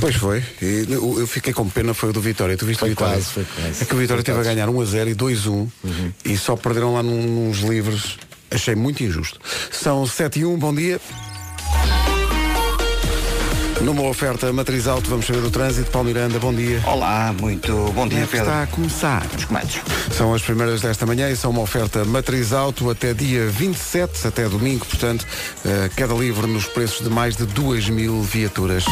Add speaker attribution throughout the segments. Speaker 1: Pois foi. E eu eu fiquei com pena, foi o do Vitória. Tu viste
Speaker 2: Foi
Speaker 1: o Vitória?
Speaker 2: quase, foi quase. Uhum.
Speaker 1: É que o Vitória teve a ganhar 1 a 0 e 2 a 1 e só perderam lá num- nos livros. Achei muito injusto. São 7 e 1, bom dia. Numa oferta matriz alto, vamos saber do trânsito. Paulo Miranda, bom dia.
Speaker 3: Olá, muito bom
Speaker 1: Como
Speaker 3: dia,
Speaker 1: é que
Speaker 3: Pedro.
Speaker 1: é está a começar.
Speaker 3: Os comandos.
Speaker 1: São as primeiras desta manhã e são uma oferta matriz alto até dia 27, até domingo, portanto, eh, queda livre nos preços de mais de 2 mil viaturas.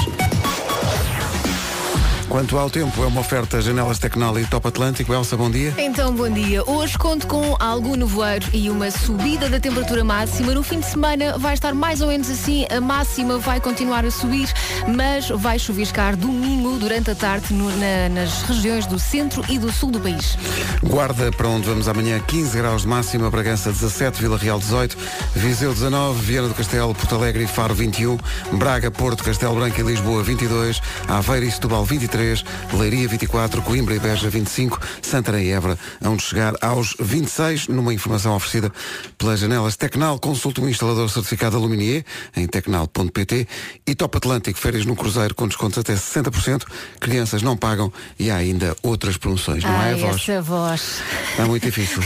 Speaker 1: Quanto ao tempo, é uma oferta Janelas Tecnal e Top Atlântico. Elsa, bom dia.
Speaker 4: Então, bom dia. Hoje conto com algum nevoeiro e uma subida da temperatura máxima. No fim de semana vai estar mais ou menos assim. A máxima vai continuar a subir, mas vai chuviscar domingo durante a tarde no- na- nas regiões do centro e do sul do país.
Speaker 1: Guarda, para onde vamos amanhã, 15 graus de máxima, Bragança 17, Vila Real 18, Viseu 19, Viana do Castelo, Porto Alegre e Faro 21, Braga, Porto, Castelo Branco e Lisboa 22, Aveiro e Setúbal 23, Leiria 24, Coimbra e Beja 25, Santarém e Évora, onde chegar aos 26, numa informação oferecida pelas janelas Tecnal, consulte um instalador certificado Aluminier em tecnal.pt e Top Atlântico, férias no cruzeiro com descontos até 60%, crianças não pagam e há ainda outras promoções, não é,
Speaker 4: Ai,
Speaker 1: vós?
Speaker 4: essa voz.
Speaker 1: Está muito difícil.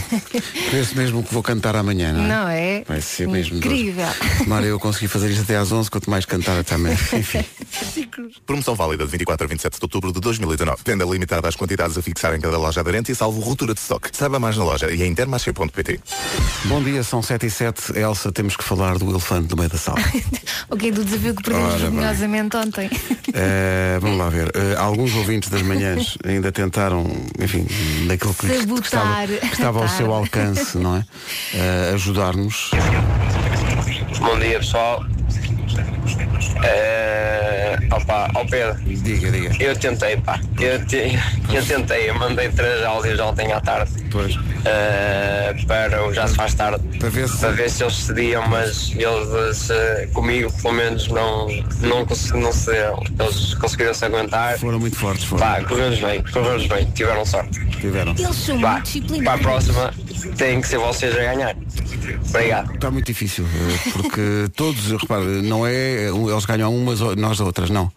Speaker 1: Parece mesmo que vou cantar amanhã, não é?
Speaker 4: Não é?
Speaker 1: Vai ser mesmo.
Speaker 4: Incrível.
Speaker 1: Mara, eu consegui fazer isto até às 11, quanto mais cantar até amanhã. Enfim.
Speaker 5: Promoção válida de 24 a 27 de outubro de 2019. Venda limitada às quantidades a fixar em cada loja aderente e salvo ruptura de estoque. Saiba mais na loja e em intermarché.pt.
Speaker 1: Bom dia, são 7 e 7. Elsa, temos que falar do elefante no meio da sala.
Speaker 4: Ok, do desafio que
Speaker 1: Ora
Speaker 4: perdemos
Speaker 1: bem.
Speaker 4: vergonhosamente ontem.
Speaker 1: Eh, vamos lá ver. Eh, alguns ouvintes das manhãs ainda tentaram, enfim, naquilo que, lhes- que estava,
Speaker 4: Sabotar
Speaker 1: que estava ao
Speaker 4: a
Speaker 1: seu
Speaker 4: tarde.
Speaker 1: alcance, não é? Eh, Ajudar-nos.
Speaker 6: Bom dia pessoal. Eh, opa, ao Pedro,
Speaker 1: Diga, diga.
Speaker 6: eu tentei, pá. Eu, te- eu tentei, eu mandei três áudios ontem à tarde.
Speaker 1: Pois.
Speaker 6: eh, para o Já Se Faz Tarde.
Speaker 1: Para ver se-
Speaker 6: Para ver se eles cediam, mas eles eh, comigo pelo menos não, não, cons- não cederam. Eles conseguiram se aguentar.
Speaker 1: Foram muito fortes, foram.
Speaker 6: Pá, correu-nos bem, correu-nos bem, tiveram sorte.
Speaker 1: Tiveram.
Speaker 4: Eles são muito
Speaker 6: Vá, para a
Speaker 4: disciplinados.
Speaker 6: próxima tem que ser vocês a ganhar. Obrigado.
Speaker 1: Está muito difícil, eh, porque todos, repare, não é um- eles ganham umas, ou- nós outras, não.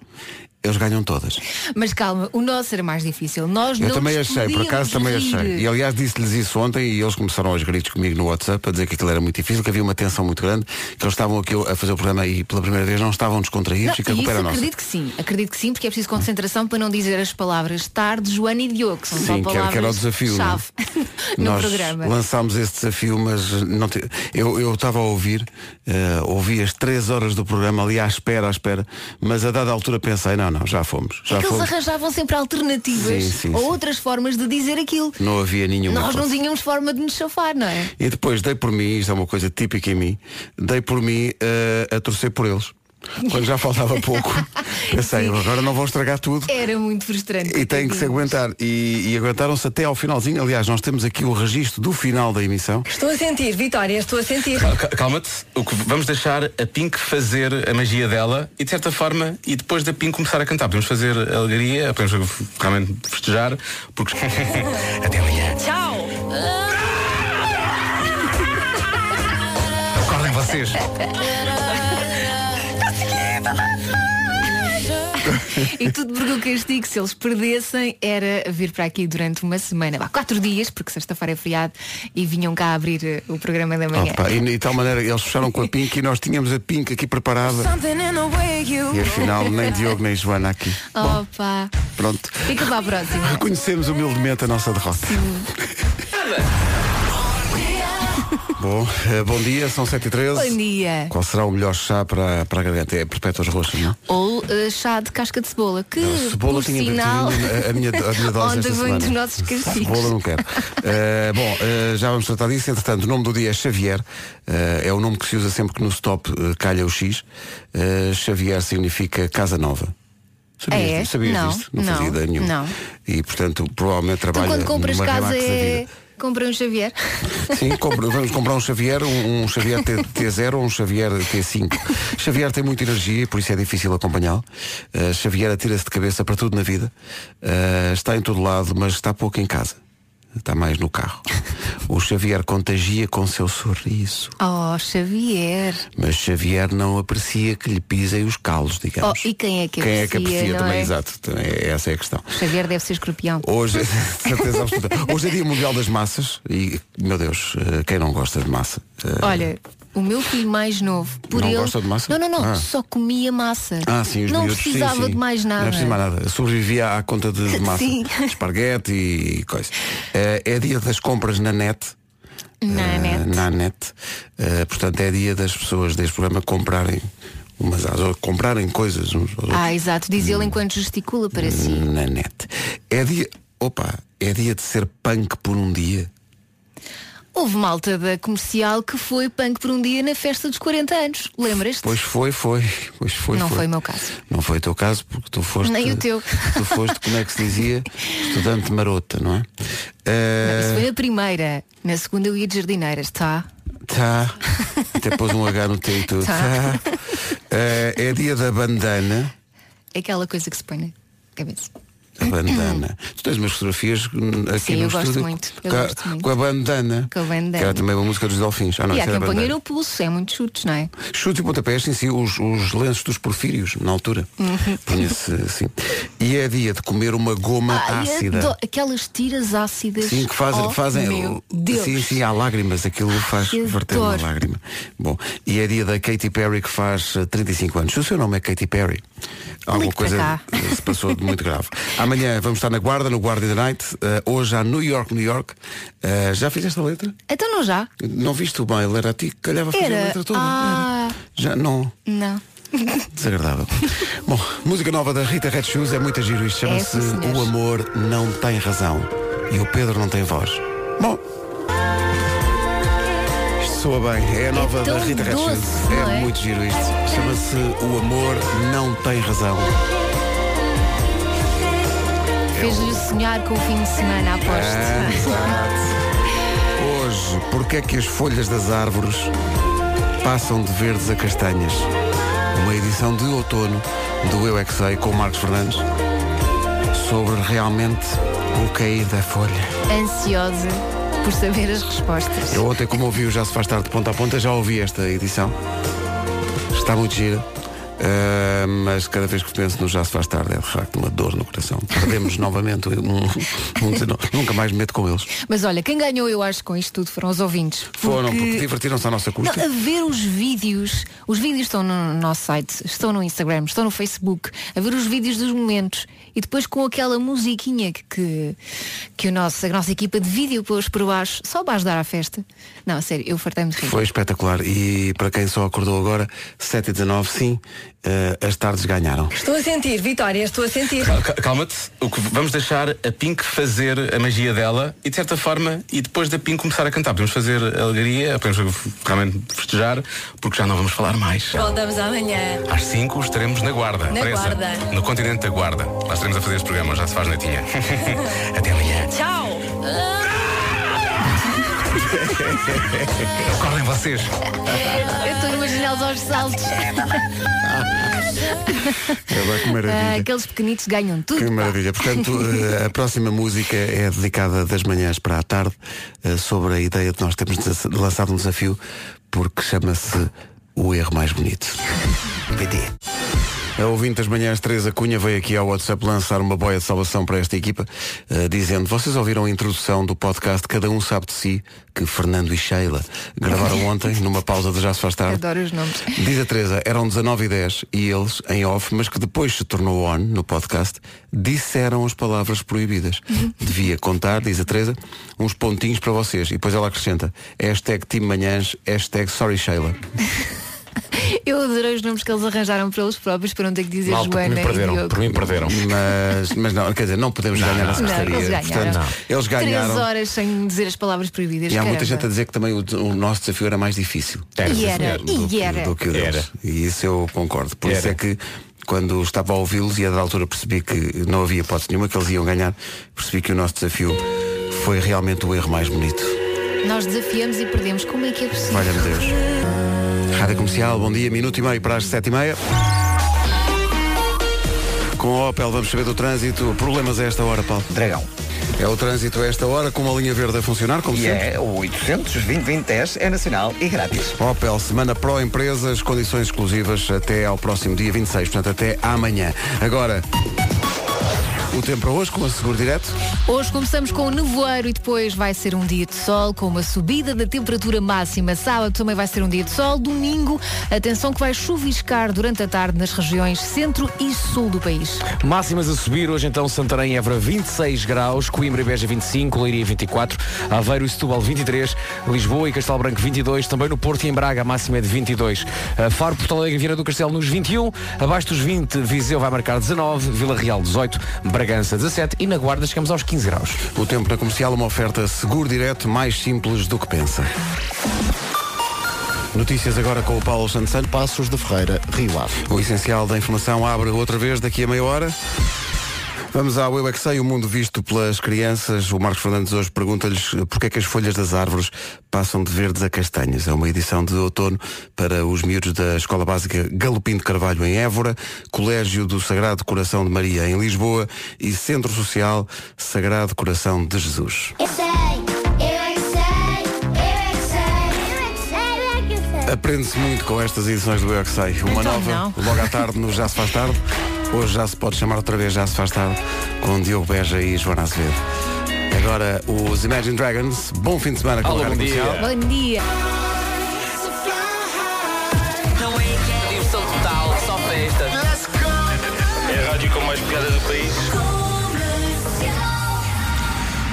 Speaker 1: Eles ganham todas.
Speaker 4: Mas calma, o nosso era mais difícil. Nós
Speaker 1: Eu
Speaker 4: não
Speaker 1: também
Speaker 4: nos
Speaker 1: achei, por acaso também
Speaker 4: podíamos
Speaker 1: achei.
Speaker 4: rir.
Speaker 1: E aliás disse-lhes isso ontem e eles começaram aos gritos comigo no WhatsApp a dizer que aquilo era muito difícil, que havia uma tensão muito grande, que eles estavam aqui a fazer o programa e pela primeira vez não estavam descontraídos
Speaker 4: Não,
Speaker 1: e que a culpa
Speaker 4: isso
Speaker 1: era nossa.
Speaker 4: acredito que sim, acredito que sim, porque é preciso concentração para não dizer as palavras tarde, Joana e Diogo, que são
Speaker 1: Sim,
Speaker 4: só
Speaker 1: que era-
Speaker 4: palavras
Speaker 1: que era o desafio, não é?
Speaker 4: chave no
Speaker 1: Nós
Speaker 4: programa.
Speaker 1: lançámos esse desafio, mas não te- eu eu estava a ouvir, eh, ouvi as três horas do programa ali à espera, à espera, mas a dada altura pensei, não, não, já fomos. Já
Speaker 4: é que eles
Speaker 1: fomos.
Speaker 4: arranjavam sempre alternativas
Speaker 1: Sim, sim,
Speaker 4: ou
Speaker 1: sim.
Speaker 4: outras formas de dizer aquilo.
Speaker 1: Não havia nenhuma.
Speaker 4: Nós não
Speaker 1: hipótese.
Speaker 4: tínhamos forma de nos chafar, não é?
Speaker 1: E depois dei por mim, isto é uma coisa típica em mim, dei por mim eh, a torcer por eles. Quando já faltava pouco, pensei,
Speaker 4: Sim. É
Speaker 1: agora não vão estragar tudo.
Speaker 4: Era muito frustrante.
Speaker 1: E têm que se aguentar. E, e aguentaram-se até ao finalzinho. Aliás, nós temos aqui o registro do final da emissão.
Speaker 7: Estou a sentir, Vitória, estou a sentir.
Speaker 8: Cal- cal- Calma-te, O que- vamos deixar a Pink fazer a magia dela e de certa forma, e depois da Pink começar a cantar. Podemos fazer alegria, podemos realmente festejar, porque até amanhã.
Speaker 7: Tchau!
Speaker 8: Acordem vocês.
Speaker 4: E tudo porque o castigo, se eles perdessem, era vir para aqui durante uma semana, vá, quatro dias, porque sexta-feira é feriado, e vinham cá abrir eh, o programa da manhã.
Speaker 1: Opa, e de tal maneira eles fecharam com a Pink e nós tínhamos a Pink aqui preparada. E afinal, nem Diogo nem Joana aqui.
Speaker 4: Opa,
Speaker 1: Pronto.
Speaker 4: fica para a próxima.
Speaker 1: Reconhecemos humildemente a nossa derrota. Bom, eh, bom dia, são 7 e 13
Speaker 4: Bom dia.
Speaker 1: Qual será o melhor chá para, para a garganta? É perpétuas roxas, não?
Speaker 4: Ou eh, chá de casca de cebola, que
Speaker 1: A cebola
Speaker 4: por
Speaker 1: tinha
Speaker 4: sinal
Speaker 1: a, a minha, a minha dose
Speaker 4: onde
Speaker 1: esta
Speaker 4: vem
Speaker 1: semana.
Speaker 4: dos nossos castigos.
Speaker 1: Cebola não quero. Eh, bom, eh, já vamos tratar disso. Entretanto, o nome do dia é Xavier. Eh, é o nome que se usa sempre que no stop eh, calha o X. Eh, Xavier significa casa nova. Sabias,
Speaker 4: É?
Speaker 1: disto? Sabias
Speaker 4: Não,
Speaker 1: disto? Não,
Speaker 4: não,
Speaker 1: fazia ideia nenhuma.
Speaker 4: não.
Speaker 1: E portanto, provavelmente
Speaker 4: Tu
Speaker 1: trabalha
Speaker 4: quando compras
Speaker 1: numa
Speaker 4: casa
Speaker 1: Remax da
Speaker 4: é.
Speaker 1: vida.
Speaker 4: Compra um Xavier.
Speaker 1: Sim, compra- vamos comprar um Xavier, um, um Xavier T, T0 ou um Xavier T5. Xavier tem muita energia e por isso é difícil acompanhá-lo. Uh, Eh, Xavier atira-se de cabeça para tudo na vida. Uh, está em todo lado, mas está pouco em casa. está mais no carro. O Xavier contagia com seu sorriso,
Speaker 4: Oh, Xavier.
Speaker 1: mas Xavier não aprecia que lhe pisem os calos, digamos.
Speaker 4: Oh, e quem é que
Speaker 1: Quem é que
Speaker 4: aprecia,
Speaker 1: aprecia
Speaker 4: não
Speaker 1: também?
Speaker 4: é?
Speaker 1: Exato, também, é- essa é a questão.
Speaker 4: Xavier deve ser escorpião.
Speaker 1: Hoje, certeza absoluta. Hoje é dia mundial das massas e, meu Deus, eh, quem não gosta de massa? Eh,
Speaker 4: Olha, o meu filho mais novo, por
Speaker 1: Não
Speaker 4: ele.
Speaker 1: gosta de massa?
Speaker 4: Não, não, não.
Speaker 1: Ah.
Speaker 4: Só comia massa.
Speaker 1: Ah, sim, os
Speaker 4: não
Speaker 1: miúdos. Sim,
Speaker 4: precisava
Speaker 1: sim.
Speaker 4: de mais nada.
Speaker 1: Não precisava de mais nada. Sobrevivia à conta de, de massa.
Speaker 4: Sim.
Speaker 1: Esparguete e coisa. Eh, é dia das compras na net.
Speaker 4: Na
Speaker 1: Eh,
Speaker 4: net.
Speaker 1: na net. Eh, portanto, é dia das pessoas deste programa comprarem umas às outras, comprarem coisas uns aos outros
Speaker 4: Ah, exato. Diz
Speaker 1: Hum.
Speaker 4: ele enquanto gesticula para si.
Speaker 1: na net. É dia. Opa, é dia de ser punk por um dia.
Speaker 4: Houve malta da comercial que foi punk por um dia na festa dos 40 anos. Lembras-te?
Speaker 1: Pois foi, foi. Pois foi,
Speaker 4: Não foi o meu caso.
Speaker 1: Não foi o teu caso, porque tu foste.
Speaker 4: Nem o teu.
Speaker 1: Tu foste, como é que se dizia? Estudante marota, não é? Eh,
Speaker 4: Isso foi a primeira. Na segunda eu ia de jardineiras, tá?
Speaker 1: Tá. Até pôs um H no T e tudo.
Speaker 4: Tá.
Speaker 1: Tá. Eh, é dia da bandana.
Speaker 4: É aquela coisa que se põe na cabeça.
Speaker 1: A bandana. tu tens umas fotografias hum, aqui
Speaker 4: Sim,
Speaker 1: no
Speaker 4: eu gosto
Speaker 1: estúdio
Speaker 4: muito,
Speaker 1: Com,
Speaker 4: eu
Speaker 1: a-
Speaker 4: gosto muito.
Speaker 1: com a bandana.
Speaker 4: Com a bandana.
Speaker 1: Que era também uma música dos Delfins. Ah, não,
Speaker 4: e há
Speaker 1: isso era
Speaker 4: quem ponha
Speaker 1: bandana.
Speaker 4: no pulso, é muito chutes, não é?
Speaker 1: Chute e pontapés, sim, sim, os, os lenços dos porfírios, na altura.
Speaker 4: Uhum.
Speaker 1: Punha-se assim. E é dia de comer uma goma
Speaker 4: Ai,
Speaker 1: ácida.
Speaker 4: adoro- é Aquelas tiras ácidas.
Speaker 1: Sim, que fazem.
Speaker 4: Oh,
Speaker 1: fazem
Speaker 4: meu Deus.
Speaker 1: Sim, sim, há lágrimas, aquilo faz
Speaker 4: eu
Speaker 1: verter uma
Speaker 4: adoro.
Speaker 1: lágrima. Bom, e é dia da Katy Perry que faz eh, 35 anos. Se o seu nome é Katy Perry, alguma
Speaker 4: Ligue para
Speaker 1: coisa
Speaker 4: cá.
Speaker 1: eh, se passou de muito grave. Amanhã vamos estar na guarda, no Guarda da Night, eh, hoje a New York, New York. Eh, já fizeste a letra?
Speaker 4: Então não já?
Speaker 1: Não viste o baile, era a ti que calhava fazer a
Speaker 4: Era.
Speaker 1: letra toda.
Speaker 4: Ah.
Speaker 1: Era. Já não.
Speaker 4: Não.
Speaker 1: Desagradável. Bom, música nova da Rita Red Shoes é muito giro. Isto
Speaker 4: É,
Speaker 1: chama-se
Speaker 4: sim, senhores.
Speaker 1: O Amor Não Tem Razão e o Pedro Não Tem Voz. Bom. Isto soa bem. É a nova da
Speaker 4: tão
Speaker 1: Rita Red
Speaker 4: doce,
Speaker 1: Shoes.
Speaker 4: não
Speaker 1: É,
Speaker 4: é?
Speaker 1: muito giro isto. Chama-se O Amor Não Tem Razão. É
Speaker 4: Fez-lhe sonhar com o fim de semana,
Speaker 1: Ah,
Speaker 4: aposto.
Speaker 1: exato. Hoje, porque é que as folhas das árvores passam de verdes a castanhas? Uma edição de outono do Eu é Que Sei, com o Marcos Fernandes sobre realmente o cair da folha.
Speaker 4: Ansiosa por saber as respostas.
Speaker 1: Ah. Eu ontem, como ouvi o Já Se Faz Tarde de ponta a ponta, já ouvi esta edição. Está muito gira. ah, mas cada vez que penso no Já Se Faz Tarde é de facto uma dor no coração. Perdemos novamente um, um 19. Nunca mais me meto com eles.
Speaker 4: Mas olha, quem ganhou, eu acho, com isto tudo foram os ouvintes.
Speaker 1: Foram, porque divertiram-se à nossa
Speaker 4: Não,
Speaker 1: custa.
Speaker 4: a ver os vídeos, os vídeos estão no nosso site, estão no Instagram, estão no Facebook, a ver os vídeos dos momentos e depois com aquela musiquinha que, que, que o nosso, a nossa equipa de vídeo pôs por baixo, só para ajudar à festa. Não, a sério, eu fartei-me de rir.
Speaker 1: Foi espetacular. E para quem só acordou agora, 7 e 19 sim, eh, as tardes ganharam.
Speaker 7: Estou a sentir, Vitória, estou a sentir.
Speaker 8: Cal- cal- Calma-te, O que- vamos deixar a Pink fazer a magia dela e de certa forma, e depois da Pink começar a cantar, podemos fazer alegria, podemos realmente festejar, porque já não vamos falar mais.
Speaker 7: Voltamos amanhã.
Speaker 8: Às 5 estaremos na Guarda,
Speaker 7: Na
Speaker 8: presa,
Speaker 7: Guarda.
Speaker 8: no continente da Guarda. Lá estaremos a fazer este programa, já se faz noitinha. Até amanhã.
Speaker 7: Tchau!
Speaker 8: Acordem vocês.
Speaker 4: Eu estou a imaginá-los aos saltos.
Speaker 1: Ah, Que
Speaker 4: Ah,
Speaker 1: É maravilha.
Speaker 4: aqueles pequenitos ganham tudo.
Speaker 1: Que
Speaker 4: pá.
Speaker 1: maravilha. Portanto, eh, a próxima música é dedicada das manhãs para a tarde, eh, sobre a ideia de nós termos desa- lançado um desafio, porque chama-se O Erro Mais Bonito. PT. A ouvinte das manhãs, Teresa Cunha, veio aqui ao WhatsApp lançar uma boia de salvação para esta equipa, eh, dizendo, vocês ouviram a introdução do podcast Cada Um Sabe de Si, que Fernando e Sheila gravaram ontem, numa pausa de Já Se Faz Tarde.
Speaker 4: Adoro os nomes.
Speaker 1: Diz a Teresa, eram 19 e 10 e eles, em off, mas que depois se tornou on no podcast, disseram as palavras proibidas.
Speaker 4: Uhum.
Speaker 1: Devia contar, diz a Teresa, uns pontinhos para vocês. E depois ela acrescenta, hashtag Team Manhãs, hashtag Sorry Sheila.
Speaker 4: Eu adorei os nomes que eles arranjaram para eles próprios, para não ter que dizer
Speaker 2: Malta, por
Speaker 4: Joana
Speaker 2: mim
Speaker 4: e
Speaker 2: perderam,
Speaker 4: Diogo.
Speaker 2: por mim perderam.
Speaker 1: Mas, mas não, quer dizer, não podemos ganhar essa
Speaker 4: não,
Speaker 1: gostaria.
Speaker 4: eles ganharam.
Speaker 1: Portanto,
Speaker 2: Não.
Speaker 1: eles ganharam.
Speaker 4: Três horas sem dizer as palavras proibidas.
Speaker 1: E há muita
Speaker 4: caramba.
Speaker 1: gente a dizer que também o, o nosso desafio era mais difícil.
Speaker 2: Era,
Speaker 4: E
Speaker 2: sim,
Speaker 4: era,
Speaker 2: senhor.
Speaker 1: é do,
Speaker 4: e
Speaker 1: que-
Speaker 4: era.
Speaker 1: do que o deles.
Speaker 2: Era.
Speaker 1: E isso eu concordo. Por isso
Speaker 2: Era.
Speaker 1: é que quando estava a ouvi-los e a da altura percebi que não havia hipótese nenhuma que eles iam ganhar, percebi que o nosso desafio foi realmente o erro mais bonito.
Speaker 4: Nós desafiamos e perdemos. Como é que é possível?
Speaker 1: Valha-me Deus. Rádio Comercial, bom dia, minuto e meio para as sete e meia. Com a Opel vamos saber do trânsito. Problemas a esta hora, Paulo.
Speaker 3: Dragão.
Speaker 1: É o trânsito a esta hora, com uma linha verde a funcionar, como
Speaker 2: E
Speaker 1: sempre.
Speaker 2: é o 800-2020-10, é nacional e grátis.
Speaker 1: Opel, semana pró empresas, condições exclusivas até ao próximo dia 26, portanto até amanhã. Agora, o tempo para hoje com a Seguro Direto.
Speaker 4: Hoje começamos com o nevoeiro e depois vai ser um dia de sol com uma subida da temperatura máxima. Sábado também vai ser um dia de sol. Domingo, atenção que vai chuviscar durante a tarde nas regiões centro e sul do país.
Speaker 3: Máximas a subir, hoje então Santarém e Évora 26 graus, Coimbra e Beja 25, Leiria 24, Aveiro e Setúbal 23, Lisboa e Castelo Branco 22, também no Porto e em Braga a máxima é de 22. A Faro, Porto Alegre e Viana do Castelo nos 21, abaixo dos 20 Viseu vai marcar 19, Vila Real 18, Bragança 17 e na Guarda chegamos aos 15 graus.
Speaker 1: O tempo na comercial, uma oferta Seguro Direto mais simples do que pensa. Notícias agora com o Paulo Santos Santos.
Speaker 9: Passos de Ferreira, Rio Ave.
Speaker 1: O essencial da informação abre outra vez daqui a meia hora. Vamos ao Eu é que Sei, o mundo visto pelas crianças. O Marcos Fernandes hoje pergunta-lhes porque é que as folhas das árvores passam de verdes a castanhas. É uma edição de outono para os miúdos da Escola Básica Galopim de Carvalho em Évora, Colégio do Sagrado Coração de Maria em Lisboa e Centro Social Sagrado Coração de Jesus.
Speaker 10: Eu sei, eu é que sei, eu é que sei, eu é que sei, eu é que sei.
Speaker 1: Aprende-se muito com estas edições do Eu É Que Sei. Uma
Speaker 4: Então
Speaker 1: nova,
Speaker 4: não.
Speaker 1: logo à tarde, no Já Se Faz Tarde. Hoje já se pode chamar outra vez Já Se Faz Tarde, com Diogo Beja e Joana Azevedo. Agora, os Imagine Dragons. Bom fim de semana com
Speaker 3: Alô,
Speaker 1: a Rádio
Speaker 3: bom dia.
Speaker 1: Comercial.
Speaker 4: Bom dia!
Speaker 11: Diversão total, só festa.
Speaker 6: É a rádio com mais piadas do país.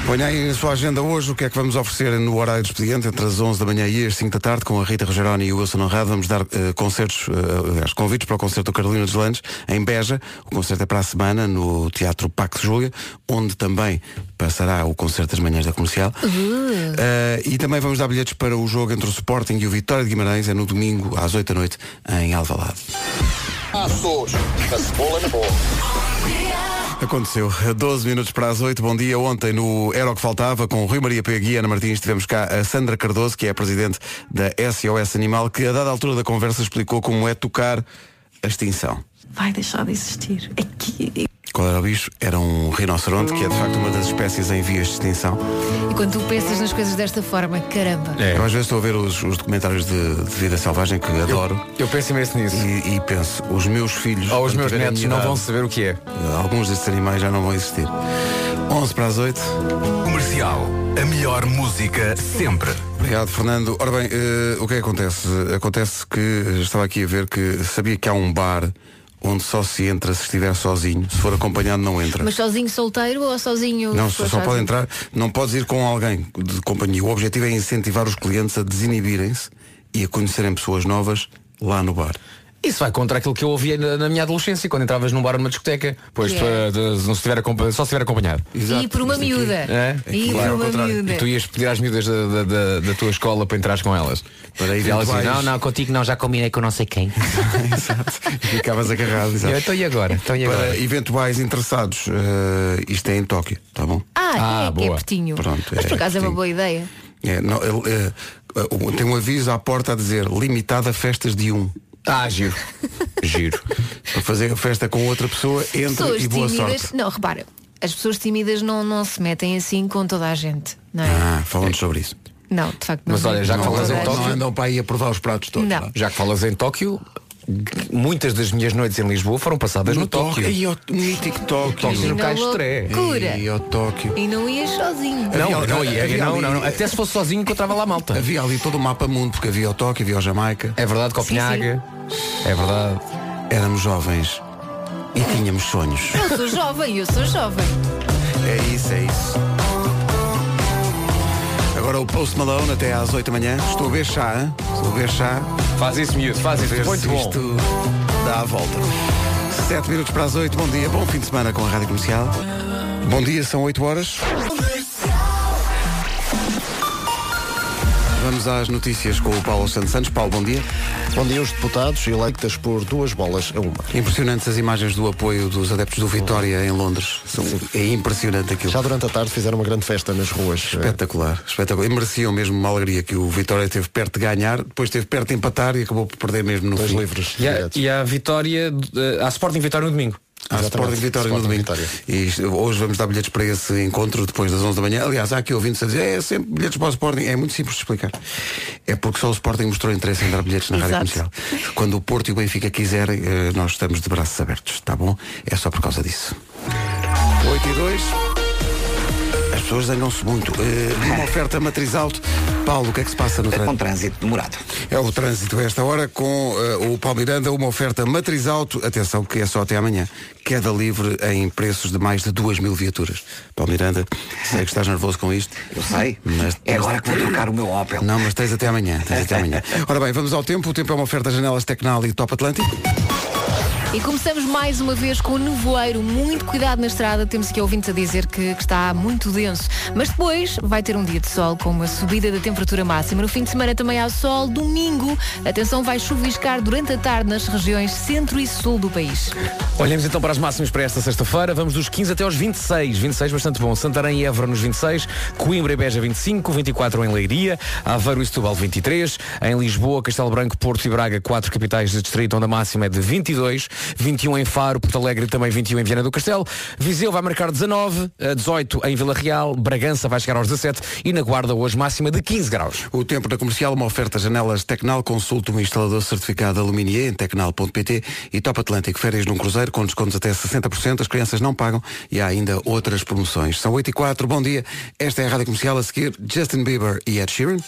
Speaker 1: Ponha aí na sua agenda hoje o que é que vamos oferecer no horário do expediente, entre as 11 da manhã e as 5 da tarde, com a Rita Rogeroni e o Wilson Honrado. Vamos dar eh, concertos, eh, aliás, convites para o concerto do Carolina dos Landes, em Beja. O concerto é para a semana, no Teatro Pax Júlia, onde também passará o concerto das manhãs da comercial. Eh, e também vamos dar bilhetes para o jogo entre o Sporting e o Vitória de Guimarães, é no domingo, às 8 da noite, em Alvalade. Aconteceu. 12 minutos para as 8. Bom dia. Ontem no Era o que Faltava, com o Rui Maria Pega e Ana Martins, tivemos cá a Sandra Cardoso, que é a presidente da SOS Animal, que a dada altura da conversa explicou como é tocar a extinção.
Speaker 7: Vai deixar de existir. É que.
Speaker 1: Qual era o bicho? Era um rinoceronte, que é de facto uma das espécies em vias de extinção.
Speaker 4: E quando tu pensas nas coisas desta forma, caramba!
Speaker 1: Eu às vezes estou a ver os, os documentários de, de vida selvagem, que adoro,
Speaker 3: É. Eu penso imenso nisso.
Speaker 1: e, e penso, os meus filhos...
Speaker 3: Ou os
Speaker 1: quando
Speaker 3: meus
Speaker 1: tiverem a
Speaker 3: netos
Speaker 1: minha
Speaker 3: não
Speaker 1: idade,
Speaker 3: vão saber o que é.
Speaker 1: Eh, Alguns destes animais já não vão existir. 11 para as 8.
Speaker 11: Comercial, a melhor música sempre.
Speaker 1: Obrigado, Fernando. Ora bem, eh, o que é que acontece? Acontece que eh, estava aqui a ver que sabia que há um bar onde só se entra se estiver sozinho. Se for acompanhado, não entra.
Speaker 4: Mas sozinho solteiro ou sozinho?
Speaker 1: Não,
Speaker 4: se
Speaker 1: só, só
Speaker 4: for sozinho?
Speaker 1: pode entrar, não podes ir com alguém de companhia. O objetivo é incentivar os clientes a desinibirem-se e a conhecerem pessoas novas lá no bar.
Speaker 3: Isso vai contra aquilo que eu ouvia na, na minha adolescência, quando entravas num bar ou numa discoteca. Pois
Speaker 4: Yeah.
Speaker 3: eh, de- não se tiver acompa- só se estiver acompanhado.
Speaker 4: E por uma
Speaker 1: Isto aqui.
Speaker 4: miúda.
Speaker 3: É?
Speaker 4: E
Speaker 1: Claro, ao
Speaker 4: por uma
Speaker 1: contrário.
Speaker 4: miúda.
Speaker 3: E tu ias pedir às miúdas da, da- da- da tua escola para entrares com elas.
Speaker 1: Para
Speaker 3: e elas diziam,
Speaker 1: eventuais-
Speaker 3: não, não, contigo não, já combinei com não sei quem.
Speaker 1: Exato. Ficavas agarrado.
Speaker 3: Eu,
Speaker 1: Exato.
Speaker 3: então e agora? Então e agora?
Speaker 1: Para Eh, eventuais interessados, eh, isto é em Tóquio, tá bom?
Speaker 4: Ah,
Speaker 3: Ah,
Speaker 4: é, que é
Speaker 3: boa.
Speaker 4: pertinho.
Speaker 1: Pronto,
Speaker 4: Mas
Speaker 1: é
Speaker 4: por acaso é
Speaker 1: pertinho.
Speaker 4: uma boa ideia.
Speaker 1: É, não, ele, eh, eh, tem um aviso à porta a dizer limitada a festas de um.
Speaker 3: Ah, giro. giro.
Speaker 1: Para fazer festa com outra pessoa, entra
Speaker 4: Pessoas
Speaker 1: e boa
Speaker 4: tímidas.
Speaker 1: sorte.
Speaker 4: Não, repara, as pessoas tímidas não, não se metem assim com toda a gente. Não é?
Speaker 1: Ah, falando sobre isso.
Speaker 4: Não, de facto não.
Speaker 3: Mas
Speaker 4: se
Speaker 3: olha,
Speaker 4: metem
Speaker 3: já
Speaker 4: com
Speaker 3: que falas
Speaker 4: toda
Speaker 3: em
Speaker 4: a
Speaker 3: Tóquio-
Speaker 1: não
Speaker 4: gente.
Speaker 1: andam para aí a provar os pratos todos. é?
Speaker 4: Não.
Speaker 1: vá.
Speaker 3: Já que falas em Tóquio, muitas das minhas noites em Lisboa foram passadas no, Tóquio.
Speaker 1: E ao mítico Tóquio.
Speaker 3: Tóquio.
Speaker 4: E
Speaker 3: no
Speaker 4: na
Speaker 3: Cais de Tré.
Speaker 4: loucura.
Speaker 1: E ao Tóquio.
Speaker 4: E não ias sozinho.
Speaker 3: Não,
Speaker 1: Havia-
Speaker 3: não,
Speaker 1: havia
Speaker 3: ia, não,
Speaker 1: ali-
Speaker 3: não, não. Até se fosse sozinho encontrava lá a malta.
Speaker 1: Havia ali todo o mapa mundo, porque havia o Tóquio, havia o Jamaica.
Speaker 3: É verdade, Copenhaga. É verdade.
Speaker 1: Éramos jovens e tínhamos sonhos.
Speaker 4: Eu sou jovem, eu sou jovem.
Speaker 1: É isso, é isso. Agora o Post Malone até às 8 da manhã. Estou a ver chá, hein? estou a ver chá.
Speaker 3: Faz isso, miúdo, faz isso.
Speaker 1: ver se isto dá a volta. 7 minutos para as 8, bom dia, bom fim de semana com a Rádio Comercial. Bom dia, são 8 horas. Vamos às notícias com o Paulo Santos Santos. Paulo, bom dia.
Speaker 9: Onde os deputados eleitas por duas bolas a uma.
Speaker 1: Impressionantes as imagens do apoio dos adeptos do Vitória em Londres. São- é impressionante aquilo.
Speaker 9: Já durante a tarde fizeram uma grande festa nas ruas. eh,
Speaker 1: Espetacular, espetacular. E mereciam mesmo uma alegria que o Vitória teve perto de ganhar, depois teve perto de empatar e acabou por perder mesmo no
Speaker 9: Dois
Speaker 1: fim.
Speaker 9: livros
Speaker 3: E é- a,
Speaker 9: diretos.
Speaker 3: e há vitória, eh, há Sporting Vitória no domingo.
Speaker 1: Há Ah, Sporting Vitória no domingo. E isto- hoje vamos dar bilhetes para esse encontro depois das 11 da manhã. Aliás, há aqui ouvintes a dizer, é sempre bilhetes para o Sporting. É muito simples de explicar. É porque só o Sporting mostrou interesse em dar bilhetes na rádio
Speaker 12: Exato.
Speaker 1: comercial. Quando o Porto e o Benfica quiserem, eh, nós estamos de braços abertos, está bom? É só por causa disso. 8 e 2. As pessoas zangam-se muito. Eh, uma oferta matriz alto. Paulo, o que é que se passa no trânsito? É um
Speaker 2: trânsito demorado.
Speaker 1: É o trânsito a esta hora com eh, o Paulo Miranda, uma oferta matriz alto. Atenção, que é só até amanhã. Queda livre em preços de mais de 2 mil viaturas. Paulo Miranda, sei que estás nervoso com isto. Eu
Speaker 2: sei. É agora que vou trocar o meu Opel.
Speaker 1: Não, mas tens até amanhã. Tens até amanhã. Ora bem, vamos ao tempo. O tempo é uma oferta janelas Tecnal e Top Atlântico.
Speaker 4: E começamos mais uma vez com o nevoeiro. Muito cuidado na estrada, temos aqui ouvintes a dizer que, que está muito denso. Mas depois vai ter um dia de sol com uma subida da temperatura máxima. No fim de semana também há sol. Domingo, atenção, vai chuviscar durante a tarde nas regiões centro e sul do país.
Speaker 3: Olhamos então para as máximas para esta sexta-feira. Vamos dos 15 até aos 26. 26 bastante bom. Santarém e Évora nos 26, Coimbra e Beja 25, 24 em Leiria, Aveiro e Setúbal 23, em Lisboa, Castelo Branco, Porto e Braga, quatro capitais de distrito onde a máxima é de 22, 21 em Faro, Porto Alegre e também 21 em Viana do Castelo. Viseu vai marcar 19, eh, 18 em Vila Real, Bragança vai chegar aos 17 e na Guarda hoje máxima de 15 graus.
Speaker 1: O tempo na comercial, uma oferta janelas Tecnal, consulte um instalador certificado Aluminier em tecnal.pt e Top Atlântico, férias num cruzeiro com descontos até 60%, as crianças não pagam e há ainda outras promoções. São 8 e 4, bom dia. Esta é a Rádio Comercial a seguir, Justin Bieber e Ed Sheeran.